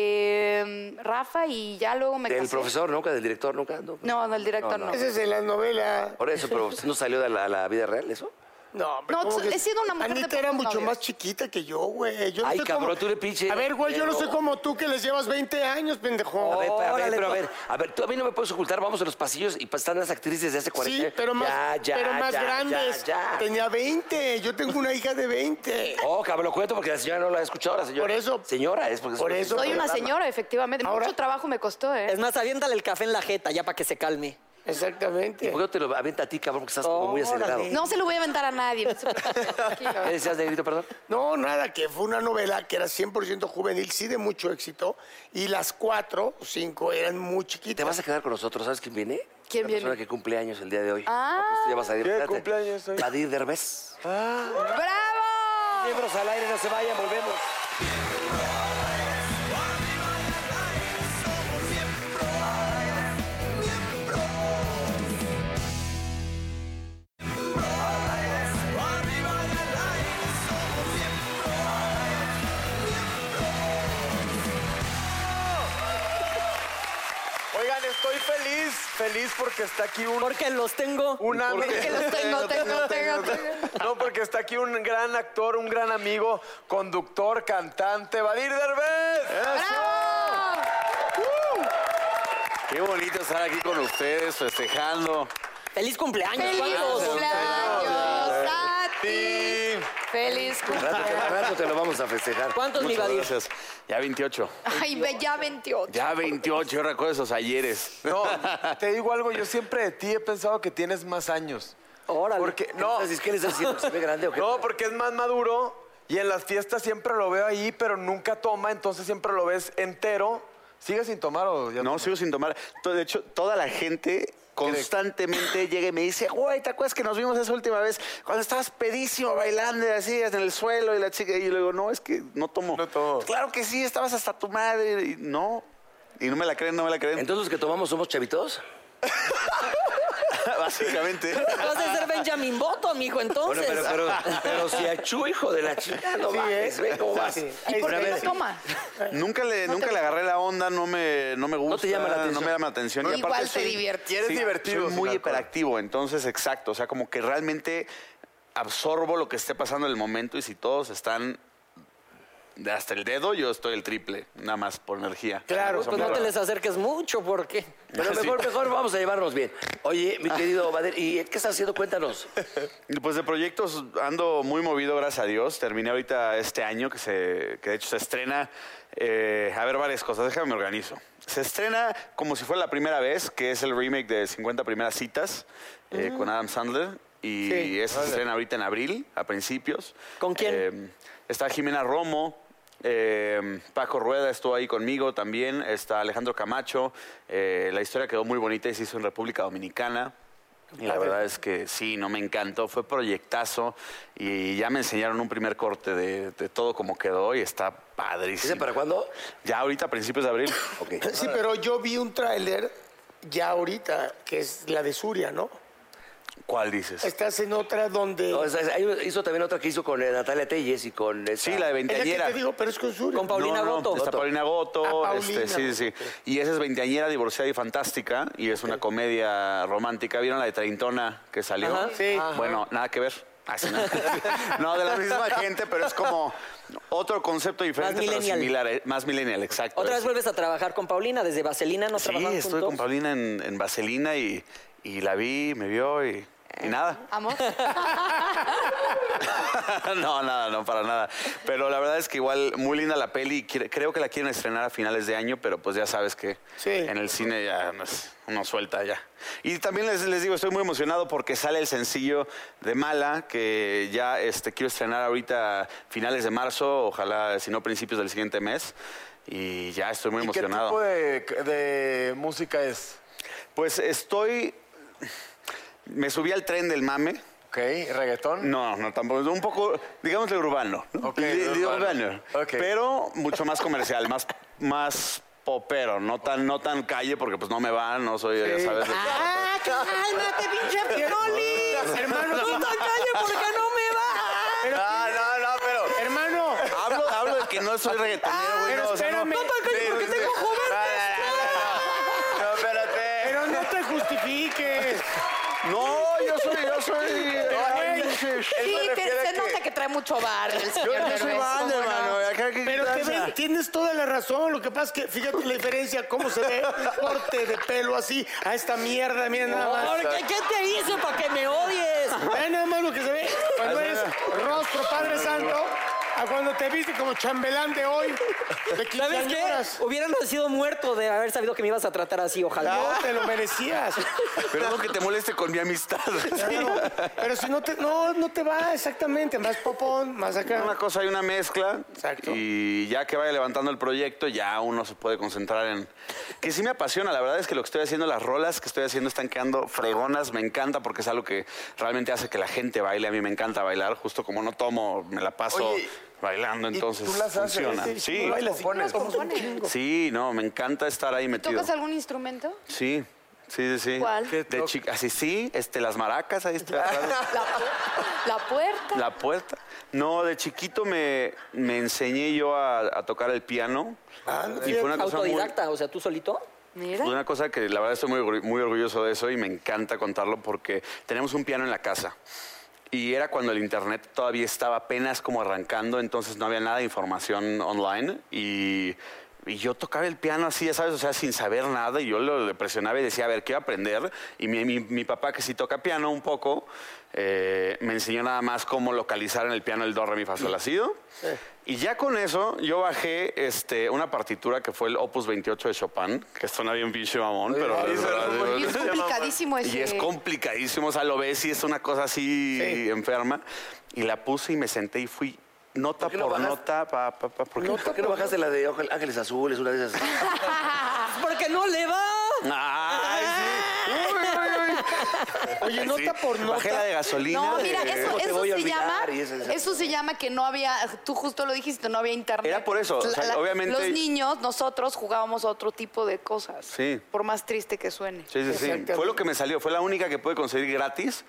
S9: eh, Rafa y ya luego me
S8: ¿Del
S9: casé.
S8: profesor nunca? ¿Del director nunca? No.
S9: No, no, el director no. No,
S10: Ese es en la novela.
S8: Por eso, pero ¿no salió de la, la vida real eso?
S10: No, pero
S9: No,
S10: ¿cómo
S9: he
S10: que-
S9: sido una mujer de
S10: Anita era
S9: pocos
S10: mucho
S9: novios.
S10: más chiquita que yo, güey. Yo no
S8: Ay,
S10: soy
S8: cabrón,
S10: como-
S8: tú le pinche-
S10: A ver, güey, yo no soy
S8: Pero-
S10: como tú que les llevas 20 años, pendejo.
S8: A ver, pa- a ver,
S3: Órale,
S8: pero a
S3: pa-
S9: pues.
S8: ver, a ver, tú a mí no me puedes ocultar, vamos a los pasillos y pa- están las actrices de hace 40
S10: sí, pero más,
S8: Ya, ya,
S10: pero más
S8: ya,
S10: grandes.
S8: Ya, ya.
S10: Tenía 20. Yo tengo una hija de 20.
S8: Oh, cabrón, lo cuento porque la señora no la ha escuchado, la señora.
S10: Por eso.
S8: Señora, es porque...
S10: Por eso,
S9: Soy una señora, efectivamente.
S10: Ahora-
S9: Mucho trabajo me costó, ¿eh?
S3: Es más, aviéntale el café en la jeta ya para que se calme.
S10: Exactamente.
S8: ¿Por qué no te lo avienta a ti, cabrón? Porque estás como muy
S3: Órale.
S8: acelerado.
S9: No se lo voy a aventar a nadie. no se preocupe, tranquilo.
S8: ¿Qué decías, Negrito, perdón?
S10: No, nada, que fue una novela que era 100% juvenil, sí de mucho éxito, y las cuatro o cinco eran muy
S8: Te
S10: chiquitas.
S8: vas a quedar con nosotros, ¿sabes quién viene?
S9: ¿Quién
S8: la
S9: viene?
S8: persona que cumple años el día de hoy.
S9: Ah.
S8: Porque esto ya va a salir.
S1: ¿Qué
S8: espérate.
S1: cumpleaños hoy?
S8: Vadir Derbez.
S9: ¡Bravo!
S8: Miembros al aire, no se vayan, volvemos.
S1: Oigan, estoy feliz, feliz porque está aquí un...
S3: Porque los tengo.
S1: Un ami-
S9: Porque los tengo, tengo, tengo,
S1: No, porque está aquí un gran actor, un gran amigo, conductor, cantante, Vadir Derbez.
S9: ¡Bravo!
S2: Qué bonito estar aquí con ustedes festejando.
S3: ¡Feliz cumpleaños!
S9: ¡Feliz
S3: ¿cuántos?
S9: cumpleaños a ti!
S1: Sí.
S9: ¡Feliz
S8: Al rato, te- al
S9: cumpleaños!
S8: rato te lo vamos a festejar.
S3: ¿Cuántos, mi
S2: Muchas
S3: Vadir?
S2: gracias. Ya 28.
S9: Ay, ve, ya 28.
S2: Ya 28, yo recuerdo esos ayeres.
S1: No, te digo algo, yo siempre de ti he pensado que tienes más años.
S3: Órale.
S1: Porque, no,
S8: Entonces, ¿qué les estás haciendo? ¿Se ve grande o qué?
S1: no, porque es más maduro y en las fiestas siempre lo veo ahí, pero nunca toma, entonces siempre lo ves entero. ¿Sigues sin tomar o ya
S2: No,
S1: tomas?
S2: sigo sin tomar. To- De hecho, toda la gente constantemente llega y me dice, güey, ¿te acuerdas que nos vimos esa última vez cuando estabas pedísimo bailando y así en el suelo y la chica? Y yo le digo, no, es que no tomo.
S1: No tomo.
S2: Claro que sí, estabas hasta tu madre. Y no, y no me la creen, no me la creen.
S8: Entonces, ¿los que tomamos somos chavitos?
S2: Básicamente.
S3: Vas a ser Benjamin Button, mijo,
S8: Bueno,
S3: entonces.
S8: pero, pero, pero si a Chu, hijo de la chica, no bajes, ve cómo vas.
S9: ¿Y por
S8: Bueno, ¿eh? a
S9: qué no
S8: ver,
S9: toma?
S2: Nunca le, nunca le agarré la onda, no me, no me gusta.
S8: llama la
S2: No
S8: atención.
S2: me llama la atención. y aparte
S9: Igual te
S2: soy-
S9: diviertes.
S1: Eres
S2: sí,
S1: divertido.
S2: Soy
S1: sin
S2: muy
S1: alcohol.
S2: hiperactivo, entonces exacto. O sea, como que realmente absorbo lo que esté pasando en el momento y si todos están de hasta el dedo, yo estoy el triple, nada más por energía.
S10: Claro,
S2: Eso
S3: Pues no
S2: me-
S3: te les acerques mucho, porque...
S8: Pero mejor, mejor vamos a llevarnos bien. Oye, mi querido Bader, ¿y qué estás haciendo? Cuéntanos.
S2: Pues de proyectos ando muy movido, gracias a Dios. Terminé ahorita este año, que, se, que de hecho se estrena. eh, a ver, varias cosas, déjame me organizo. Se estrena como si fuera la primera vez, que es el remake de 50 Primeras Citas eh,
S3: Mm.
S2: con Adam Sandler. Y esa se estrena ahorita en abril, a principios.
S3: ¿Con quién?
S2: Eh, está Jimena Romo. eh, Paco Rueda estuvo ahí conmigo también, está Alejandro Camacho, eh, la historia quedó muy bonita y se hizo en República Dominicana. Y la verdad es que sí, no me encantó, fue proyectazo y ya me enseñaron un primer corte de, de todo como quedó y está padrísimo.
S8: ¿Ese para cuándo?
S2: Ya ahorita a principios de abril.
S8: Ok.
S10: Sí, pero yo vi un tráiler ya ahorita, que es la de Suria, ¿no?
S2: ¿Cuál dices?
S10: Estás en otra donde...
S8: Este, No, esa- esa- hay una- hizo también otra que hizo con eh, Natalia Telles y con... esa-
S2: Sí, la de
S10: es la que
S2: veinteañera.
S10: te digo, pero es con Suria.
S3: Con Paulina
S2: No, no,
S3: Goto.
S2: Está Paulina
S10: Ah,
S2: Goto.
S10: Paulina.
S2: este, sí, sí, sí. Y esa es veinteañera, divorciada y fantástica. Y es una comedia romántica. ¿Vieron la de Treintona que salió?
S3: Ajá. Sí.
S2: Bueno, nada que ver. Ah, sí, nada que ver. no, de la misma gente, pero es como otro concepto diferente, pero
S3: millennial.
S2: similar. eh, Más millennial, exacto.
S3: Otra
S2: Es-
S3: vez vuelves a trabajar con Paulina, desde Vaselina no
S2: Sí,
S3: trabajan
S2: estuve
S3: juntos.
S2: con Paulina en, en Vaselina y, y la vi, me vio y, y nada.
S9: Amor.
S2: no, nada, no, para nada. Pero la verdad es que igual muy linda la peli. Quiere- Creo que la quieren estrenar a finales de año, pero pues ya sabes que
S10: Sí.
S2: en el cine ya nos, nos suelta ya. Y también les, les digo, estoy muy emocionado porque sale el sencillo de Mala, que ya este, quiero estrenar ahorita finales de marzo, ojalá, si no principios del siguiente mes. Y ya estoy muy
S1: ¿Y qué
S2: emocionado.
S1: tipo de, de música es?
S2: Pues estoy. Me subí al tren del mame.
S1: ¿Ok? ¿Reggaetón?
S2: No, no, tampoco. Un poco, digamos, de urbano. ¿no?
S1: Ok,
S2: Li- li-
S1: urbano. Ok.
S2: Pero mucho más comercial, más, más popero. No tan, no tan calle, porque pues no me va, no soy, ya sabes. de-
S3: ¡Ah, cálmate, pinche Pioli!
S10: Hermano,
S3: ¡Muy ¿Por qué no me va?
S2: Ah,
S8: No, no, no, pero.
S2: Hermano,
S8: Hablo, hablo de que no soy reggaetonero, güey.
S2: pero
S8: no, o sea, no.
S2: espérame.
S3: Papá, calle, ¿por qué tengo
S8: No,
S3: joven?
S2: pues,
S8: no, no, no, no. No, espérate.
S2: pero no te justifiques.
S8: No, yo soy, yo soy. Ay, él se
S9: Sí, te-
S8: refiere
S9: se
S8: a que-
S9: nota que trae mucho bar el
S8: Yo,
S9: señor
S8: yo soy
S9: Derbez,
S8: banda,
S9: ¿cómo no?
S1: ¿eh?
S8: hermano. Acá que
S2: Pero te
S8: quitarse.
S2: ven- tienes toda la razón. Lo que pasa es que fíjate la diferencia, cómo se ve el corte de pelo así a esta mierda, mira nada más.
S3: ¿Por qué? ¿Qué te hice para que me odies?
S2: Ve nada más lo que se ve cuando eres rostro, Padre Santo, a cuando te viste como chambelán de hoy, de
S3: ¿Sabes
S2: quinceañeras.
S3: qué? Hubieran sido muerto de haber sabido que me ibas a tratar así, ojalá.
S8: Ah,
S2: No te lo merecías.
S8: Pero no que te moleste con mi amistad.
S2: Claro, Pero si no te, no, no te va exactamente, más popón, más
S8: Una
S2: acá.
S8: cosa hay una mezcla.
S2: Exacto.
S8: Y ya que vaya levantando el proyecto, ya uno se puede concentrar en. Que sí me apasiona. La verdad es que lo que estoy haciendo, las rolas que estoy haciendo están quedando fregonas. Me encanta porque es algo que realmente hace que la gente baile. A mí me encanta bailar. Justo como no tomo, me la paso
S1: Oye,
S8: bailando. Entonces
S1: tú las haces,
S8: funciona.
S1: sí,
S8: Sí.
S1: tú bailas. Compones,
S9: ¿Los compones?
S8: Sí, no, me encanta estar ahí metido.
S9: ¿Tocas algún instrumento?
S8: Sí. Sí, sí, sí.
S9: ¿Cuál?
S8: De chica. Así, sí, este, las maracas, ahí estoy atrás.
S9: La, la puerta.
S8: La puerta. No, de chiquito me, me enseñé yo a, a tocar el piano. y fue una cosa, muy-
S3: Autodidacta, o sea, tú solito.
S9: Mira.
S8: fue una cosa que la verdad estoy muy, orgu- muy orgulloso de eso y me encanta contarlo porque tenemos un piano en la casa. Y era cuando el internet todavía estaba apenas como arrancando, entonces no había nada de información online. Y, y yo tocaba el piano así, ya sabes, o sea, sin saber nada. Y yo lo, le presionaba y decía, a ver, quiero aprender. Y mi, mi- mi papá, que sí toca piano un poco, eh, me enseñó nada más cómo localizar en el piano el do, re, mi, fa, sol, la, si, do. Y ya con eso, yo bajé este, una partitura que fue el Opus 28 de Chopin, que suena bien pinche mamón, pero... es verdad,
S9: Y es complicadísimo ese.
S8: y es complicadísimo, o sea, lo ves y es una cosa así enferma. Y la puse y me senté y fui nota
S4: ¿Por qué
S8: por,
S4: no bajaste?
S8: nota, pa, pa, pa, porque...
S4: ¿Por qué no bajaste la de Ángel- Ángeles Azules, una de esas?
S3: Porque no le va.
S8: ¡Ay, sí!
S2: Oye,
S8: Ay, sí.
S2: nota por
S8: Bajé la
S2: nota.
S8: de gasolina.
S9: No, mira,
S8: de-
S9: eso,
S4: ¿cómo te
S9: eso
S4: voy a
S9: se llama,
S4: olvidar? Y esa- esa-
S9: eso se llama que no había, tú justo lo dijiste, no había internet.
S8: Era por eso, o sea, obviamente-
S9: Los niños, nosotros jugábamos otro tipo de cosas.
S8: Sí.
S9: Por más triste que suene.
S8: Sí, sí, sí.
S2: Exactamente.
S8: Fue lo que me salió. Fue la única que pude conseguir gratis.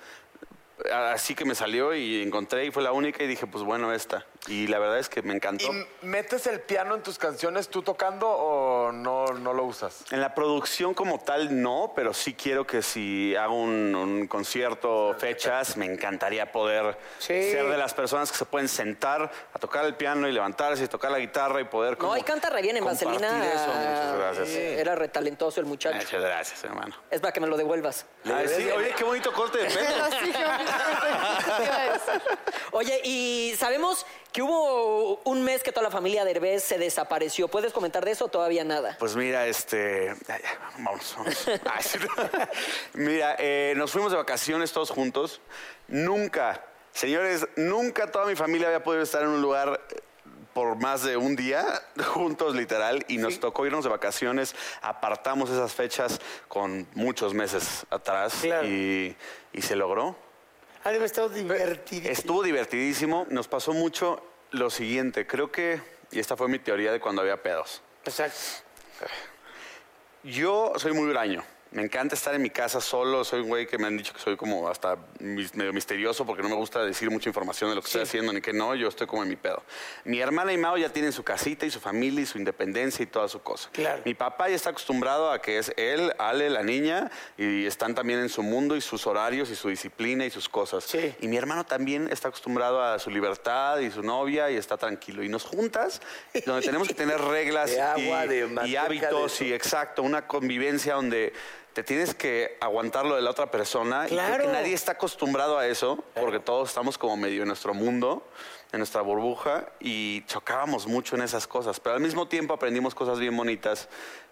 S8: Así que me salió y encontré y fue la única y dije, pues bueno, esta. Y la verdad es que me encantó.
S1: ¿Y metes el piano en tus canciones tú tocando o no, no lo usas?
S8: En la producción como tal no, pero sí quiero que si hago un, un concierto, fechas, me encantaría poder
S2: Sí.
S8: ser de las personas que se pueden sentar a tocar el piano y levantarse y tocar la guitarra y poder como
S3: No, y canta re bien en
S8: compartir
S3: Vaselina.
S8: eso. Muchas gracias.
S3: Eh, Era retalentoso el muchacho.
S8: Muchas gracias, hermano.
S3: Es para que me lo devuelvas. Ah,
S8: Ay, sí, oye, qué bonito corte de pelo.
S9: Sí, yo- te iba a decir.
S3: Oye, y sabemos que hubo un mes que toda la familia Derbez se desapareció. ¿Puedes comentar de eso o todavía nada?
S8: Pues mira, este. ay, ay, Vamos, vamos. Ay, sí. mira, eh, nos fuimos de vacaciones todos juntos. Nunca, señores, nunca toda mi familia había podido estar en un lugar eh, por más de un día, juntos literal, y nos tocó irnos de vacaciones. Apartamos esas fechas con muchos meses atrás
S2: Claro.
S8: y, y se logró.
S2: Ha de haber estado divertido.
S8: Estuvo divertidísimo. Nos pasó mucho lo siguiente. Creo que, y esta fue mi teoría de cuando había pedos.
S2: Exacto.
S8: Yo soy muy huraño. Me encanta estar en mi casa solo. Soy un güey que me han dicho que soy como hasta mis- medio misterioso porque no me gusta decir mucha información de lo que estoy haciendo ni que no. Yo estoy como en mi pedo. Mi hermana y Mao ya tienen su casita y su familia y su independencia y toda su cosa.
S2: Claro.
S8: Mi papá ya está acostumbrado a que es él, Ale, la niña y están también en su mundo y sus horarios y su disciplina y sus cosas.
S2: Sí.
S8: Y mi hermano también está acostumbrado a su libertad y su novia y está tranquilo. Y nos juntas donde tenemos que tener reglas
S4: De agua,
S8: y,
S4: de
S8: y
S4: manteca,
S8: hábitos
S4: de-
S8: y exacto, una convivencia donde te tienes que aguantar lo de la otra persona. Y creo
S2: Claro.
S8: que nadie está acostumbrado a eso, porque todos estamos como medio en nuestro mundo, en nuestra burbuja, y chocábamos mucho en esas cosas. Pero al mismo tiempo aprendimos cosas bien bonitas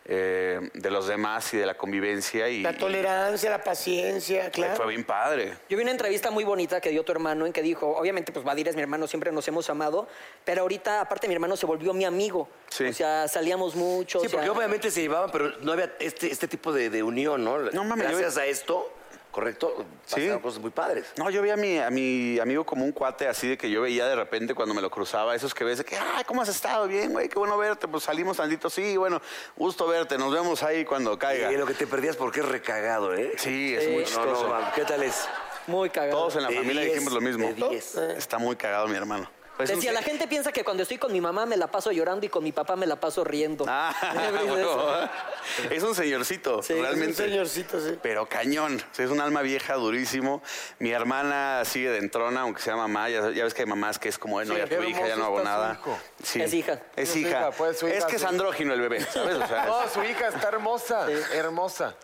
S8: eh, de los demás y de la convivencia. Y,
S2: La tolerancia, la paciencia,
S8: y fue
S2: claro.
S8: bien padre.
S3: Yo vi una entrevista muy bonita que dio tu hermano en que dijo, obviamente, pues Badir es mi hermano, siempre nos hemos amado, pero ahorita, aparte, mi hermano se volvió mi amigo.
S8: Sí.
S3: O sea, salíamos mucho.
S4: Sí,
S3: o sea,
S4: porque obviamente se llevaban, pero no había este, este tipo de, de unión, ¿no?
S8: No, mames, yo-
S4: Gracias a esto, correcto, pasaron
S8: Sí.
S4: cosas muy padres.
S8: No, yo veía a mi, a mi amigo como un cuate así de que yo veía de repente cuando me lo cruzaba, esos que ves de que, ah, ¿cómo has estado? Bien, güey, qué bueno verte, pues salimos tantito, sí, bueno, gusto verte, nos vemos ahí cuando
S4: Y
S8: caiga.
S4: lo que te perdías porque es recagado, ¿eh?
S8: Sí, es muy
S4: No, no,
S8: chistoso.
S4: no, ¿Qué tal es?
S3: Muy cagado.
S8: Todos en la
S4: De
S8: familia
S4: 10,
S8: dijimos lo mismo.
S4: de 10.
S3: Ah.
S8: Está muy cagado mi hermano. Pues un-
S3: Decía, la gente piensa que cuando estoy con mi mamá me la paso llorando y con mi papá me la paso riendo.
S8: Ah,
S3: Siempre dice eso.
S8: huevo. es un señorcito,
S3: Sí, es un
S8: realmente.
S2: Un señorcito, sí.
S8: Pero cañón, o sea, es un alma vieja durísimo. Mi hermana sigue de entrona, aunque sea mamá. Ya, ya ves que hay mamás que es como, "Eh, no,
S1: Sí,
S8: ya
S1: qué
S8: tu hija, ya
S1: hermoso
S8: no hago
S1: está su
S8: nada.
S1: hijo.
S8: Sí.
S3: Es hija.
S8: Es
S1: su
S8: hija.
S1: hija, pues, su
S8: es
S1: hija,
S8: que es
S1: su-
S8: andrógino el bebé, ¿sabes? O sea,
S1: No, su hija está hermosa, hermosa.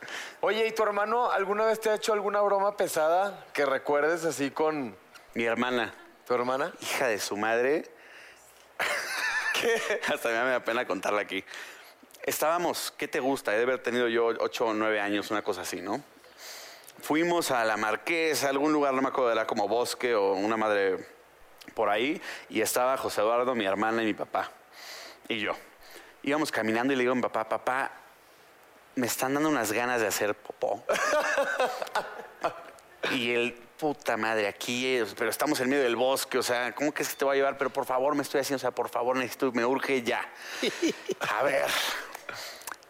S1: Oye, ¿y tu hermano alguna vez te ha hecho alguna broma pesada que recuerdes así con
S8: mi hermana,
S1: tu hermana?
S8: hija de su madre. Hasta me da pena contarla aquí. Estábamos, ¿qué te gusta? He de haber tenido yo ocho o nueve años, una cosa así, ¿no? Fuimos a la Marquesa, algún lugar, no me acuerdo, era como bosque o una madre por ahí, y estaba José Eduardo, mi hermana y mi papá, y yo. Íbamos caminando y le digo a mi papá, papá, me están dando unas ganas de hacer popó. Y el puta madre, aquí, eh, pero estamos en medio del bosque, o sea, ¿cómo que es que te voy a llevar? Pero por favor, me estoy haciendo, o sea, por favor, necesito, me urge ya. A ver,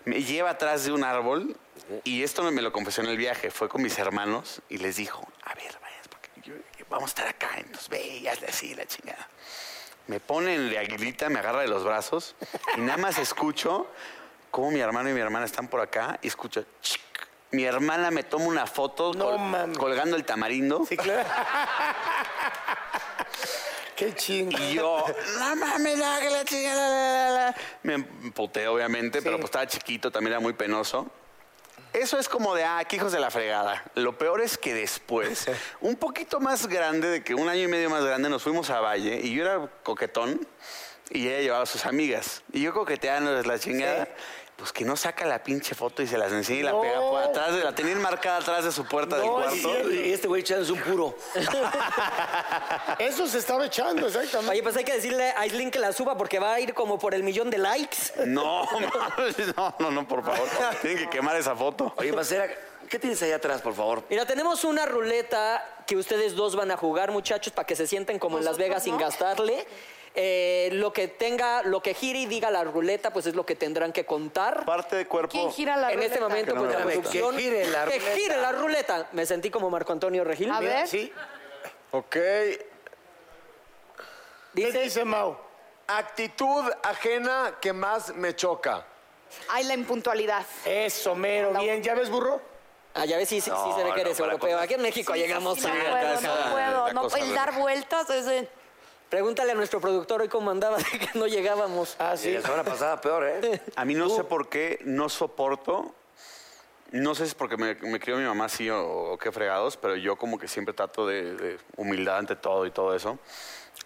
S8: me lleva atrás de un árbol y esto me, me lo confesó en el viaje, fue con mis hermanos y les dijo, a ver, vayan, porque yo- vamos a estar acá, entonces ve y hazle así, la chingada. Me ponen de aguilita, me agarra de los brazos y nada más escucho cómo mi hermano y mi hermana están por acá y escucho, chic. Mi hermana me toma una foto
S2: No mames.
S8: colgando el tamarindo
S2: Sí, claro. Qué chingo.
S8: y yo, no mames, no, que la chingada, la, la, la". Me emputé, obviamente, pero pues estaba chiquito, también era muy penoso. Eso es como de, ah, qué hijos de la fregada. Lo peor es que después, un poquito más grande, de que un año y medio más grande, nos fuimos a Valle y yo era coquetón y ella llevaba a sus amigas. Y yo coqueteándoles la chingada. Pues que no saca la pinche foto y se las enseña y la pega por atrás, de, la tenía enmarcada atrás de su puerta del cuarto.
S4: Y este güey echando es un puro.
S2: Eso se estaba echando, exactamente.
S3: Oye, pues hay que decirle a Aislinn que la suba porque va a ir como por el millón de likes.
S8: No, mames, no, no, no, por favor. Tienen que quemar esa foto.
S4: Oye, Macera, ¿qué tienes allá atrás, por favor?
S3: Mira, tenemos una ruleta que ustedes dos van a jugar, muchachos, para que se sienten como en Las
S9: Nosotros
S3: Vegas sin
S9: no.
S3: gastarle. Eh, lo que tenga, lo que gire y diga la ruleta, pues es lo que tendrán que contar.
S8: Parte de cuerpo.
S9: ¿Quién gira la
S3: en este momento,
S9: ruleta?
S8: Que no
S3: pues
S8: me
S3: la
S8: gusta.
S3: producción.
S2: Que gire la
S3: Que
S2: ruleta.
S3: gire la ruleta. Me sentí como Marco Antonio Regil.
S9: A ver,
S2: Sí.
S1: Ok.
S2: ¿Qué
S3: Dice-
S2: dice Mau?
S1: Actitud ajena que más me choca.
S9: hay la impuntualidad.
S2: Eso, mero, bien. ¿Ya ves, burro?
S3: Ah, ya ves si sí, sí se ve
S8: No,
S3: que
S8: no,
S3: eres
S8: para
S3: europeo.
S8: cosas-
S3: Aquí en México llegamos
S9: Sí, no
S3: a...
S9: puedo,
S8: casa,
S9: no puedo.
S8: la
S9: no,
S8: cosa,
S9: el
S8: ¿verdad?
S9: dar vueltas es de-
S3: Pregúntale a nuestro productor hoy cómo andaba de que no llegábamos.
S2: Ah,
S4: Y
S2: sí.
S4: La semana pasada peor, ¿eh?
S8: A mí no sé por qué no soporto. No sé si es porque me, me crió mi mamá así o, o qué fregados, pero yo como que siempre trato de, de humildad ante todo y todo eso.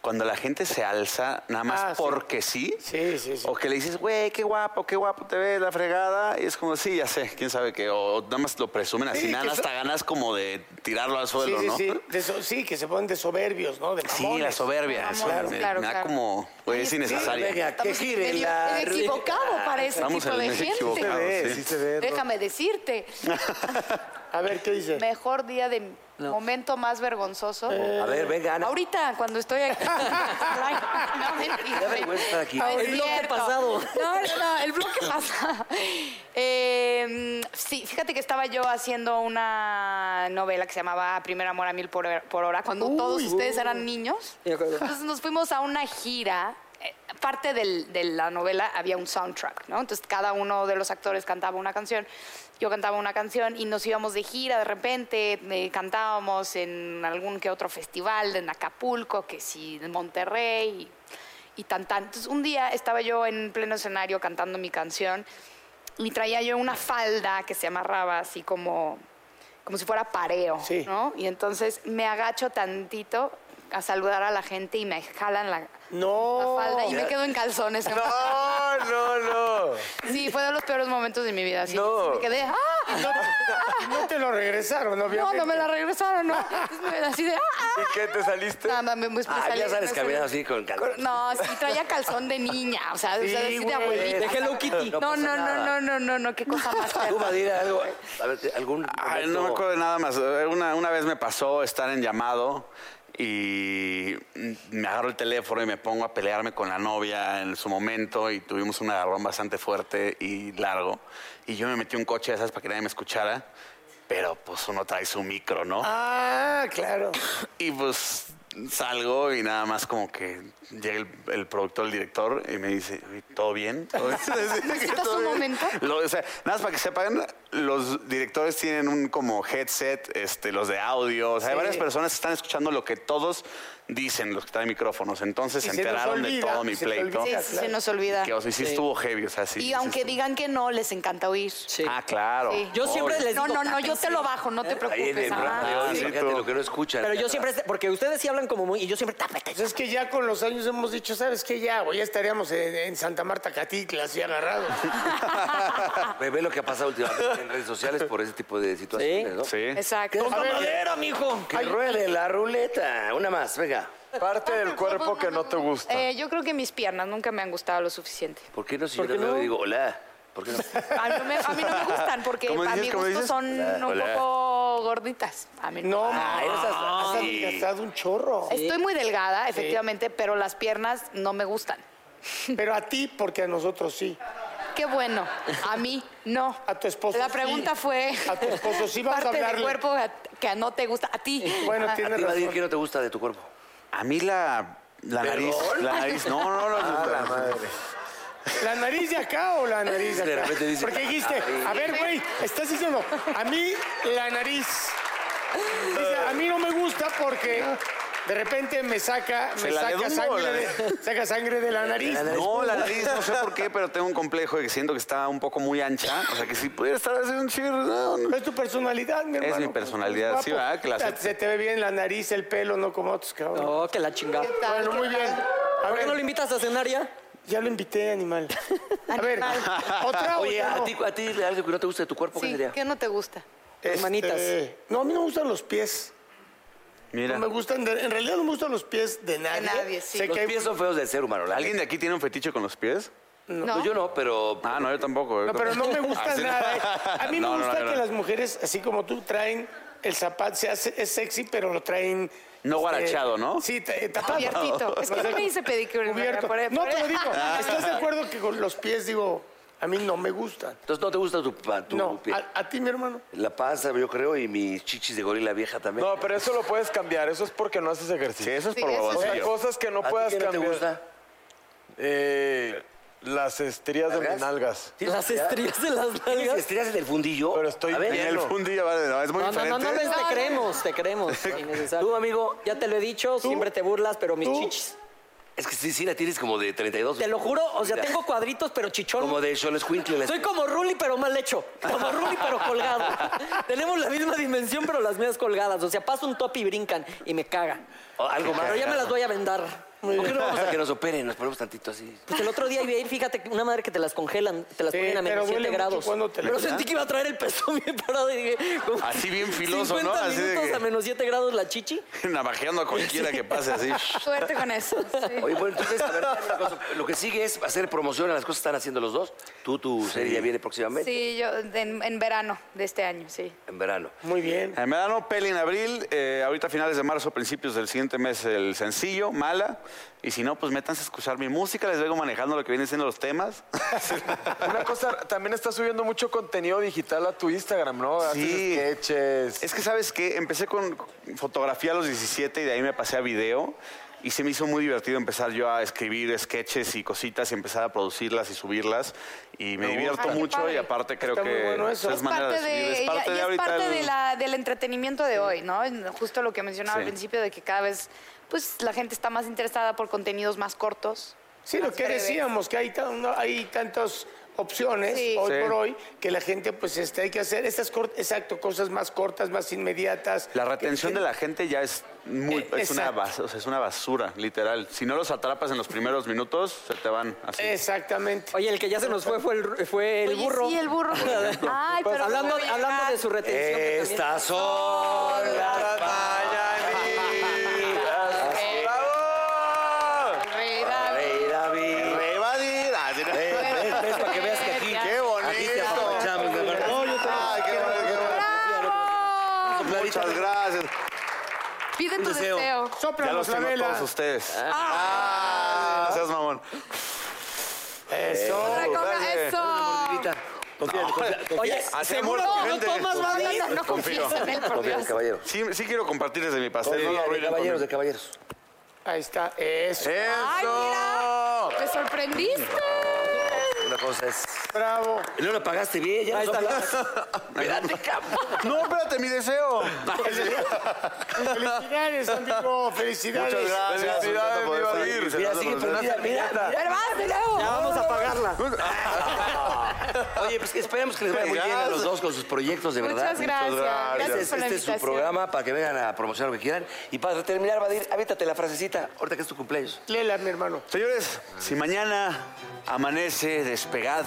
S8: Cuando la gente se alza, nada más
S2: Ah, sí.
S8: porque sí.
S2: Sí, sí, sí.
S8: O que le dices, güey, qué guapo, qué guapo te ves, la fregada. Y es como, sí, ya sé, quién sabe qué. O nada más lo presumen así,
S2: Sí,
S8: nada,
S2: que
S8: hasta
S2: so-
S8: ganas como de tirarlo al
S2: Sí,
S8: suelo,
S2: sí,
S8: ¿no?
S2: sí. De so- sí, que se ponen de soberbios, ¿no? De
S8: Sí,
S2: mamones.
S8: la soberbia. eso
S9: Claro,
S8: me,
S9: claro,
S8: me da
S9: claro.
S8: como, güey, es innecesario.
S2: venga, que
S9: Estamos
S2: gire
S9: medio-
S2: la
S9: medio
S2: ruleta.
S9: equivocado para ese
S8: Estamos
S9: tipo
S8: en
S9: de
S8: el
S9: gente.
S8: equivocado, sí.
S9: Déjame decirte,
S2: A ver, ¿qué dice?
S9: mejor día de momento más vergonzoso.
S4: A ver, venga, Ana.
S9: Ahorita, cuando estoy aquí. no, mentira.
S4: Da vergüenza estar aquí.
S9: No, es
S3: El bloque
S9: cierto.
S3: pasado.
S9: No, no, no, el bloque pasado. Eh, mm, sí, fíjate que estaba yo haciendo una novela que se llamaba Primer Amor a Mil por, Hora- por Hora, cuando todos ustedes eran niños.
S3: Me acuerdo.
S9: Entonces nos fuimos a una gira. Eh, Parte del- de la novela había un soundtrack, ¿no? Entonces cada uno de los actores cantaba una canción. Yo cantaba una canción y nos íbamos de gira de repente. eh, cantábamos en algún que otro festival, en Acapulco, que sí, en Monterrey y, y tan tan. Entonces un día estaba yo en pleno escenario cantando mi canción y traía yo una falda que se amarraba así como, como si fuera pareo,
S2: Sí.
S9: ¿no? Y entonces me agacho tantito a saludar a la gente y me jalan la,
S2: No.
S9: la falda y me quedo en calzones.
S1: No, no, no.
S9: Sí, fue de los peores momentos de mi vida. Sí,
S1: No.
S9: me quedé, ¡ah!
S2: No te lo regresaron,
S9: No,
S2: obviamente.
S9: no me la regresaron, ¿no? Entonces me quedé así de, ¡ah!
S1: ¿Y qué te saliste?
S9: Nada, me, pues, me
S4: Ah,
S9: salí-
S4: ya sales
S9: me
S4: caminando
S9: salí-
S4: así con calma.
S9: Con- No, sí, traía calzón de niña, o sea, o sea, así de abuelita.
S3: De Hello Kitty.
S9: No, no, no, no, no, no, no, qué cosa más fea.
S4: Tú, Madira, algo. A ver, ¿te- algún. momento-
S8: Ay, no me acuerdo de nada más. Una, una vez me pasó estar en llamado y me agarro el teléfono y me pongo a pelearme con la novia en su momento y tuvimos un agarrón bastante fuerte y largo. Y yo me metí un coche de esas para que nadie me escuchara Pero pues uno trae su micro, ¿no?
S2: Ah, claro.
S8: Y pues salgo y nada más como que llega el, el productor, el director y me dice, "Oye, ¿todo bien? ¿Todo bien?"
S9: ¿Necesitas un momento?
S8: Lo- o sea, nada más para que sepan, los directores tienen un como headset, este, los de audio, o sea, hay varias personas que están escuchando lo que todos dicen, los que traen micrófonos, entonces
S2: Y
S8: se
S2: se nos
S8: enteraron de
S2: olvida,
S8: todo mi
S2: se te
S8: pleito.
S9: Sí,
S2: olvida.
S9: sí, se nos olvida.
S8: Que, o sea, sí, estuvo heavy, o sea, sí. sí
S9: Y aunque
S8: estuvo-
S9: digan que no, les encanta oír.
S3: Sí.
S8: Ah, claro.
S9: Sí.
S3: Yo siempre
S8: Obvio.
S3: les
S9: No,
S3: digo,
S9: no, no, yo te lo bajo, no te
S4: Ahí en el
S9: preocupes. Ajá.
S4: radio,
S8: sí.
S4: imagínate lo que no escuchan.
S3: Pero yo siempre, porque ustedes sí hablan como muy, y yo siempre, tápate.
S2: Pues es que ya con los años hemos dicho, ¿sabes qué? Ya, güey, ya estaríamos en, en Santa Marta Catitla, así agarrados.
S4: Ve, ve lo que ha pasado últimamente en redes sociales por ese tipo de situaciones, ¿no?
S8: Sí.
S2: Pues,
S9: Exacto.
S3: ¡Toca madera, mijo!
S4: Que ruede la ruleta. Una más, venga.
S1: Parte del cuerpo que no te gusta.
S9: Eh, yo creo que mis piernas nunca me han gustado lo suficiente.
S4: ¿Por qué no si yo lo veo y digo, hola? ¿Por qué no?
S9: A mí, no me- a mí no me gustan porque
S8: ¿Cómo
S9: a
S8: dices?
S9: mi
S8: ¿Cómo
S9: gusto
S8: dices?
S9: son un
S4: Hola.
S9: poco gorditas. A mí
S2: No, ma,
S4: eres
S2: has
S4: así.
S2: adelgazado un chorro.
S9: Estoy muy delgada, efectivamente, pero las piernas no me gustan.
S2: Pero a ti, porque a nosotros sí.
S9: Qué bueno. A mí no.
S2: A tu esposo
S9: La
S2: sí.
S9: pregunta fue.
S2: A tu esposo sí vamos a
S9: parte
S2: hablarle.
S9: del cuerpo a- que no te gusta. A ti.
S2: Bueno,
S4: A
S2: tienes
S4: ti va a decir
S2: razón.
S4: que no te gusta de tu cuerpo.
S8: A mí la, la nariz, la nariz, no, no, no.
S4: Ah,
S8: la madre.
S2: ¿La nariz de acá o la nariz de acá?
S4: De repente dice,
S2: Porque dijiste, a ver, güey, estás diciendo, a mí la nariz. Dice, a mí no me gusta porque de repente me saca, me
S8: ¿Se la
S2: saca
S8: dedungo o la
S2: sangre, de, saca sangre de la nariz.
S8: No, la nariz, no sé por qué, pero tengo un complejo de que siento que está un poco muy ancha. O sea, que si pudiera estar haciendo un chirro. no, no.
S2: No es tu personalidad, mi
S8: Es
S2: hermano.
S8: mi personalidad,
S2: Guapo.
S8: sí, ¿verdad? Que la acepto.
S2: Se te ve bien la nariz, el pelo, no como otros, cabrón.
S3: No, que la chingada.
S2: Bueno, muy bien. A
S3: ¿Por qué
S2: ver,
S3: no lo invitas a cenar ya?
S2: ya lo invité, animal. A ver, otra
S4: Oye,
S2: otra
S4: a
S2: no?
S4: ti, a ti algo que no te gusta de tu cuerpo, ¿qué
S9: Sí,
S4: sería?
S9: ¿qué no te gusta?
S2: Este,
S3: manitas.
S2: No, a mí no me gustan los pies.
S8: Mira,
S2: No me gustan, de- en realidad no me gustan los pies de nadie.
S9: nadie, sí.
S2: Sé
S4: Los
S2: que hay-
S4: pies son feos del ser humano. la
S8: ¿alguien de aquí tiene un fetiche con los pies?
S4: neta. Pues yo no, pero...
S8: Ah, no, yo tampoco.
S2: No, pero no me gusta
S8: Así no.
S2: nada. ¿eh? A mí
S8: Ah, No,
S2: me
S8: no,
S2: gusta
S8: no, no.
S2: que las mujeres, así como tú, traen el zapato, se hace, es sexy, pero lo traen...
S8: No
S2: este,
S8: guarachado, ¿no?
S2: Sí, ta- eh, tapado.
S9: Cubiertito. Es que
S2: O sea,
S9: yo me hice pedicure.
S2: Cubierto.
S9: por-
S2: No,
S9: por-
S2: te lo digo. ¿Estás de acuerdo que con los pies, digo, a mí no me gustan?
S4: Entonces no te gusta tu, pa- tu
S2: No,
S4: pie.
S2: a, a ti, mi hermano.
S4: La panza, yo creo, y mis chichis de gorila vieja también.
S1: No, pero eso lo puedes cambiar. Eso es porque no haces
S8: Sí,
S1: ejercicio.
S8: eso es
S9: Sí,
S8: por
S9: eso es-
S1: O sea,
S8: babosillo.
S1: cosas que no
S4: ¿A ti
S1: puedas
S4: qué no te
S1: cambiar.
S4: gusta?
S1: Eh, las estrías de mis
S4: ¿Nalgas?
S1: nalgas.
S4: ¿Tienes
S3: Las
S4: estrías?
S3: estrías de las
S4: ¿Tienes
S3: nalgas.
S4: estrías en el fundillo?
S1: Pero estoy
S4: A ver,
S8: En el
S1: lleno.
S8: fundillo, vale, no, es muy
S3: No, no,
S8: diferente.
S3: no, no, Luis, te creemos, te creemos. Innecesario.
S4: Tú, amigo,
S3: Ya te lo he dicho, siempre te burlas, pero mis
S2: ¿Tú?
S3: chichis.
S4: es que sí, sí la tienes como de 32.
S3: Te lo juro, o sea,
S4: Mira,
S3: tengo cuadritos, pero chichón.
S4: Como de Sean Escuincle.
S3: Soy como Ruli, pero mal hecho. Como Ruli, pero colgado. Tenemos la misma dimensión, pero las mías colgadas. O sea, paso un top y brincan y me cagan.
S4: Algo más.
S3: Pero ya me las voy a vendar.
S4: ¿Por qué no vamos a que nos operen? Nos ponemos tantito así.
S3: Pues el otro día iba a ir, fíjate, que una madre que te las congelan, te las
S2: Sí,
S3: ponen a
S2: pero
S3: menos 7
S2: duele mucho
S3: grados.
S2: cuando te la
S3: Pero
S2: quitan.
S3: sentí que iba a traer el peso bien parado y dije, como
S8: Así bien filoso, ¿no?
S3: 50
S8: Así de
S3: minutos
S8: que-
S3: a menos 7 grados la chichi.
S8: Navajeando a cualquiera que pase así.
S9: Suerte con eso. sí.
S4: Oye, bueno, entonces, a ver, una cosa, lo que sigue es hacer promoción a las cosas que están haciendo los dos. Tú, tu serie ya viene próximamente,
S9: Sí, yo en, en verano de este año, sí.
S4: en verano.
S2: Muy bien.
S8: En verano, peli en abril, eh, ahorita finales de marzo, principios del siguiente mes, el sencillo, mala. Y si no, pues métanse a escuchar mi música, les vengo manejando lo que vienen siendo los temas.
S1: Una cosa, también estás subiendo mucho contenido digital a tu Instagram, ¿no?
S8: Sí.
S1: Haces sketches.
S8: Es que, ¿sabes qué? Empecé con fotografía a los 17 y de ahí me pasé a video. Y se me hizo muy divertido empezar yo a escribir sketches y cositas y empezar a producirlas y subirlas. Y me divierto
S9: gusta. Ay, qué
S8: mucho y
S9: padre.
S8: aparte creo
S2: Está muy
S8: que
S2: bueno eso.
S8: esas
S9: Es
S8: maneras
S9: parte,
S8: subir.
S9: de,
S8: Es parte
S9: y- y
S8: de
S9: es
S8: ahorita
S9: parte de
S8: el-
S9: la- del entretenimiento de hoy, ¿no? Justo lo que mencionaba
S8: Sí.
S9: al principio de que cada vez pues la gente está más interesada por contenidos más cortos.
S2: Sí, lo
S9: más
S2: que
S9: breves.
S2: decíamos, que hay, tan- no, hay tantas opciones
S9: Sí.
S2: hoy
S8: Sí.
S2: por hoy que la gente, pues, este, hay que hacer estas cort- exacto, cosas más cortas, más inmediatas.
S8: La retención
S2: Que-
S8: de la gente ya es muy,
S2: Eh,
S8: es, una
S2: exacto.
S8: bas- o sea, es una basura, literal. Si no los atrapas en los primeros minutos, se te van así.
S2: Exactamente.
S3: Oye, el que ya se nos fue fue el, fue el
S9: Oye,
S3: burro. Pues,
S9: Sí, el burro. Ay, pero
S3: hablando,
S9: no me
S3: hablando de su retención. que también-
S4: Estas son las mañanitas.
S8: ¡Bravo!
S9: digas.
S4: Rey David. Ven, ven, ven, para que veas que aquí.
S9: ¡Qué
S4: bonito! Aquí te aprovechamos, de verdad.
S8: Ay, qué bueno, qué bueno.
S9: ¡Bravo!
S8: Muchas gracias.
S9: Pide tu
S4: deseo.
S9: deseo.
S8: Ya
S2: Sóplanos
S8: los
S2: la
S8: tengo a todos
S2: vela.
S8: ustedes. Ah, no seas mamón.
S2: Eso.
S9: Otra cosa,
S8: gracias.
S9: eso.
S11: Confía, confía, confía.
S12: Oye,
S8: Hacemos
S12: seguro que no
S8: gente.
S12: tomas
S9: No,
S12: Badía.
S9: no, no, no confíes en él, por
S1: Confíen,
S9: Dios.
S1: caballeros.
S8: Sí, sí quiero compartirles de mi pastel. no lo
S1: Confíen, de
S8: arruinen
S1: caballeros, de
S8: conmigo.
S1: caballeros.
S11: Ahí está. Eso.
S9: Ay,
S8: ¡Eso!
S9: mira, te sorprendiste.
S1: Una cosa es...
S11: Bravo.
S1: No lo pagaste Este, bien, ya.
S12: Ahí
S1: no
S12: está la-
S1: son- Espérate, cabrón.
S8: No, espérate, mi deseo.
S11: Felicidades, amigo. Felicidades.
S8: Muchas gracias.
S11: Felicidades,
S8: Felicidades,
S11: mi
S8: mi
S11: Badir.
S8: Badir.
S1: Mira, sigue prendida, mira, mira.
S9: Pero vas, de nuevo.
S12: Ya vamos a pagarla.
S8: Pues, ah.
S1: Oye, pues que esperemos que les vaya muy bien a los dos con sus proyectos, de verdad.
S9: Muchas gracias. Gracias,
S1: Este, es-
S9: por
S1: este
S9: la
S1: es su
S9: invitación.
S1: programa para que vengan a promocionar lo que quieran. Y para terminar, Badir, hábitate la frasecita, ahorita que es tu cumpleaños.
S11: Lela, mi hermano.
S8: Señores, si mañana amanece despegad,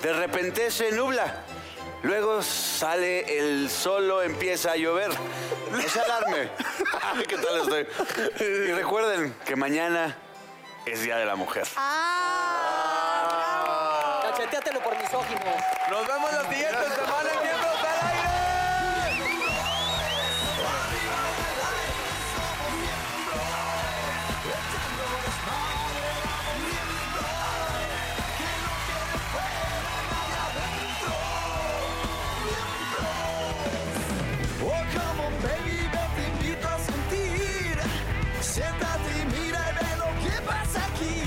S8: de repente se nubla, luego sale el sol o empieza a llover, no se alarme. Ay, ¿Qué tal estoy? Y recuerden que mañana es Día de la Mujer.
S12: Cacheteatelo por misógino.
S13: Nos vemos la siguiente semana en Miembros al Aire.
S2: Oh, come on, baby, te invito a sentir. Siéntate y mira y ve lo que pasa aquí.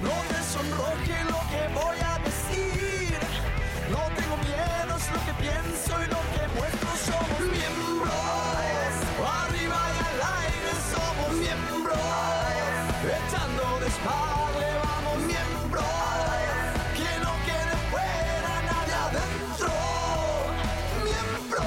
S2: No te sonroje lo que voy a decir. No tengo miedo, es lo que pienso y lo que muestro. Somos miembros. Arriba y al aire somos miembros. Echando desmadre vamos miembros. Que no quede fuera nadie adentro. Miembros.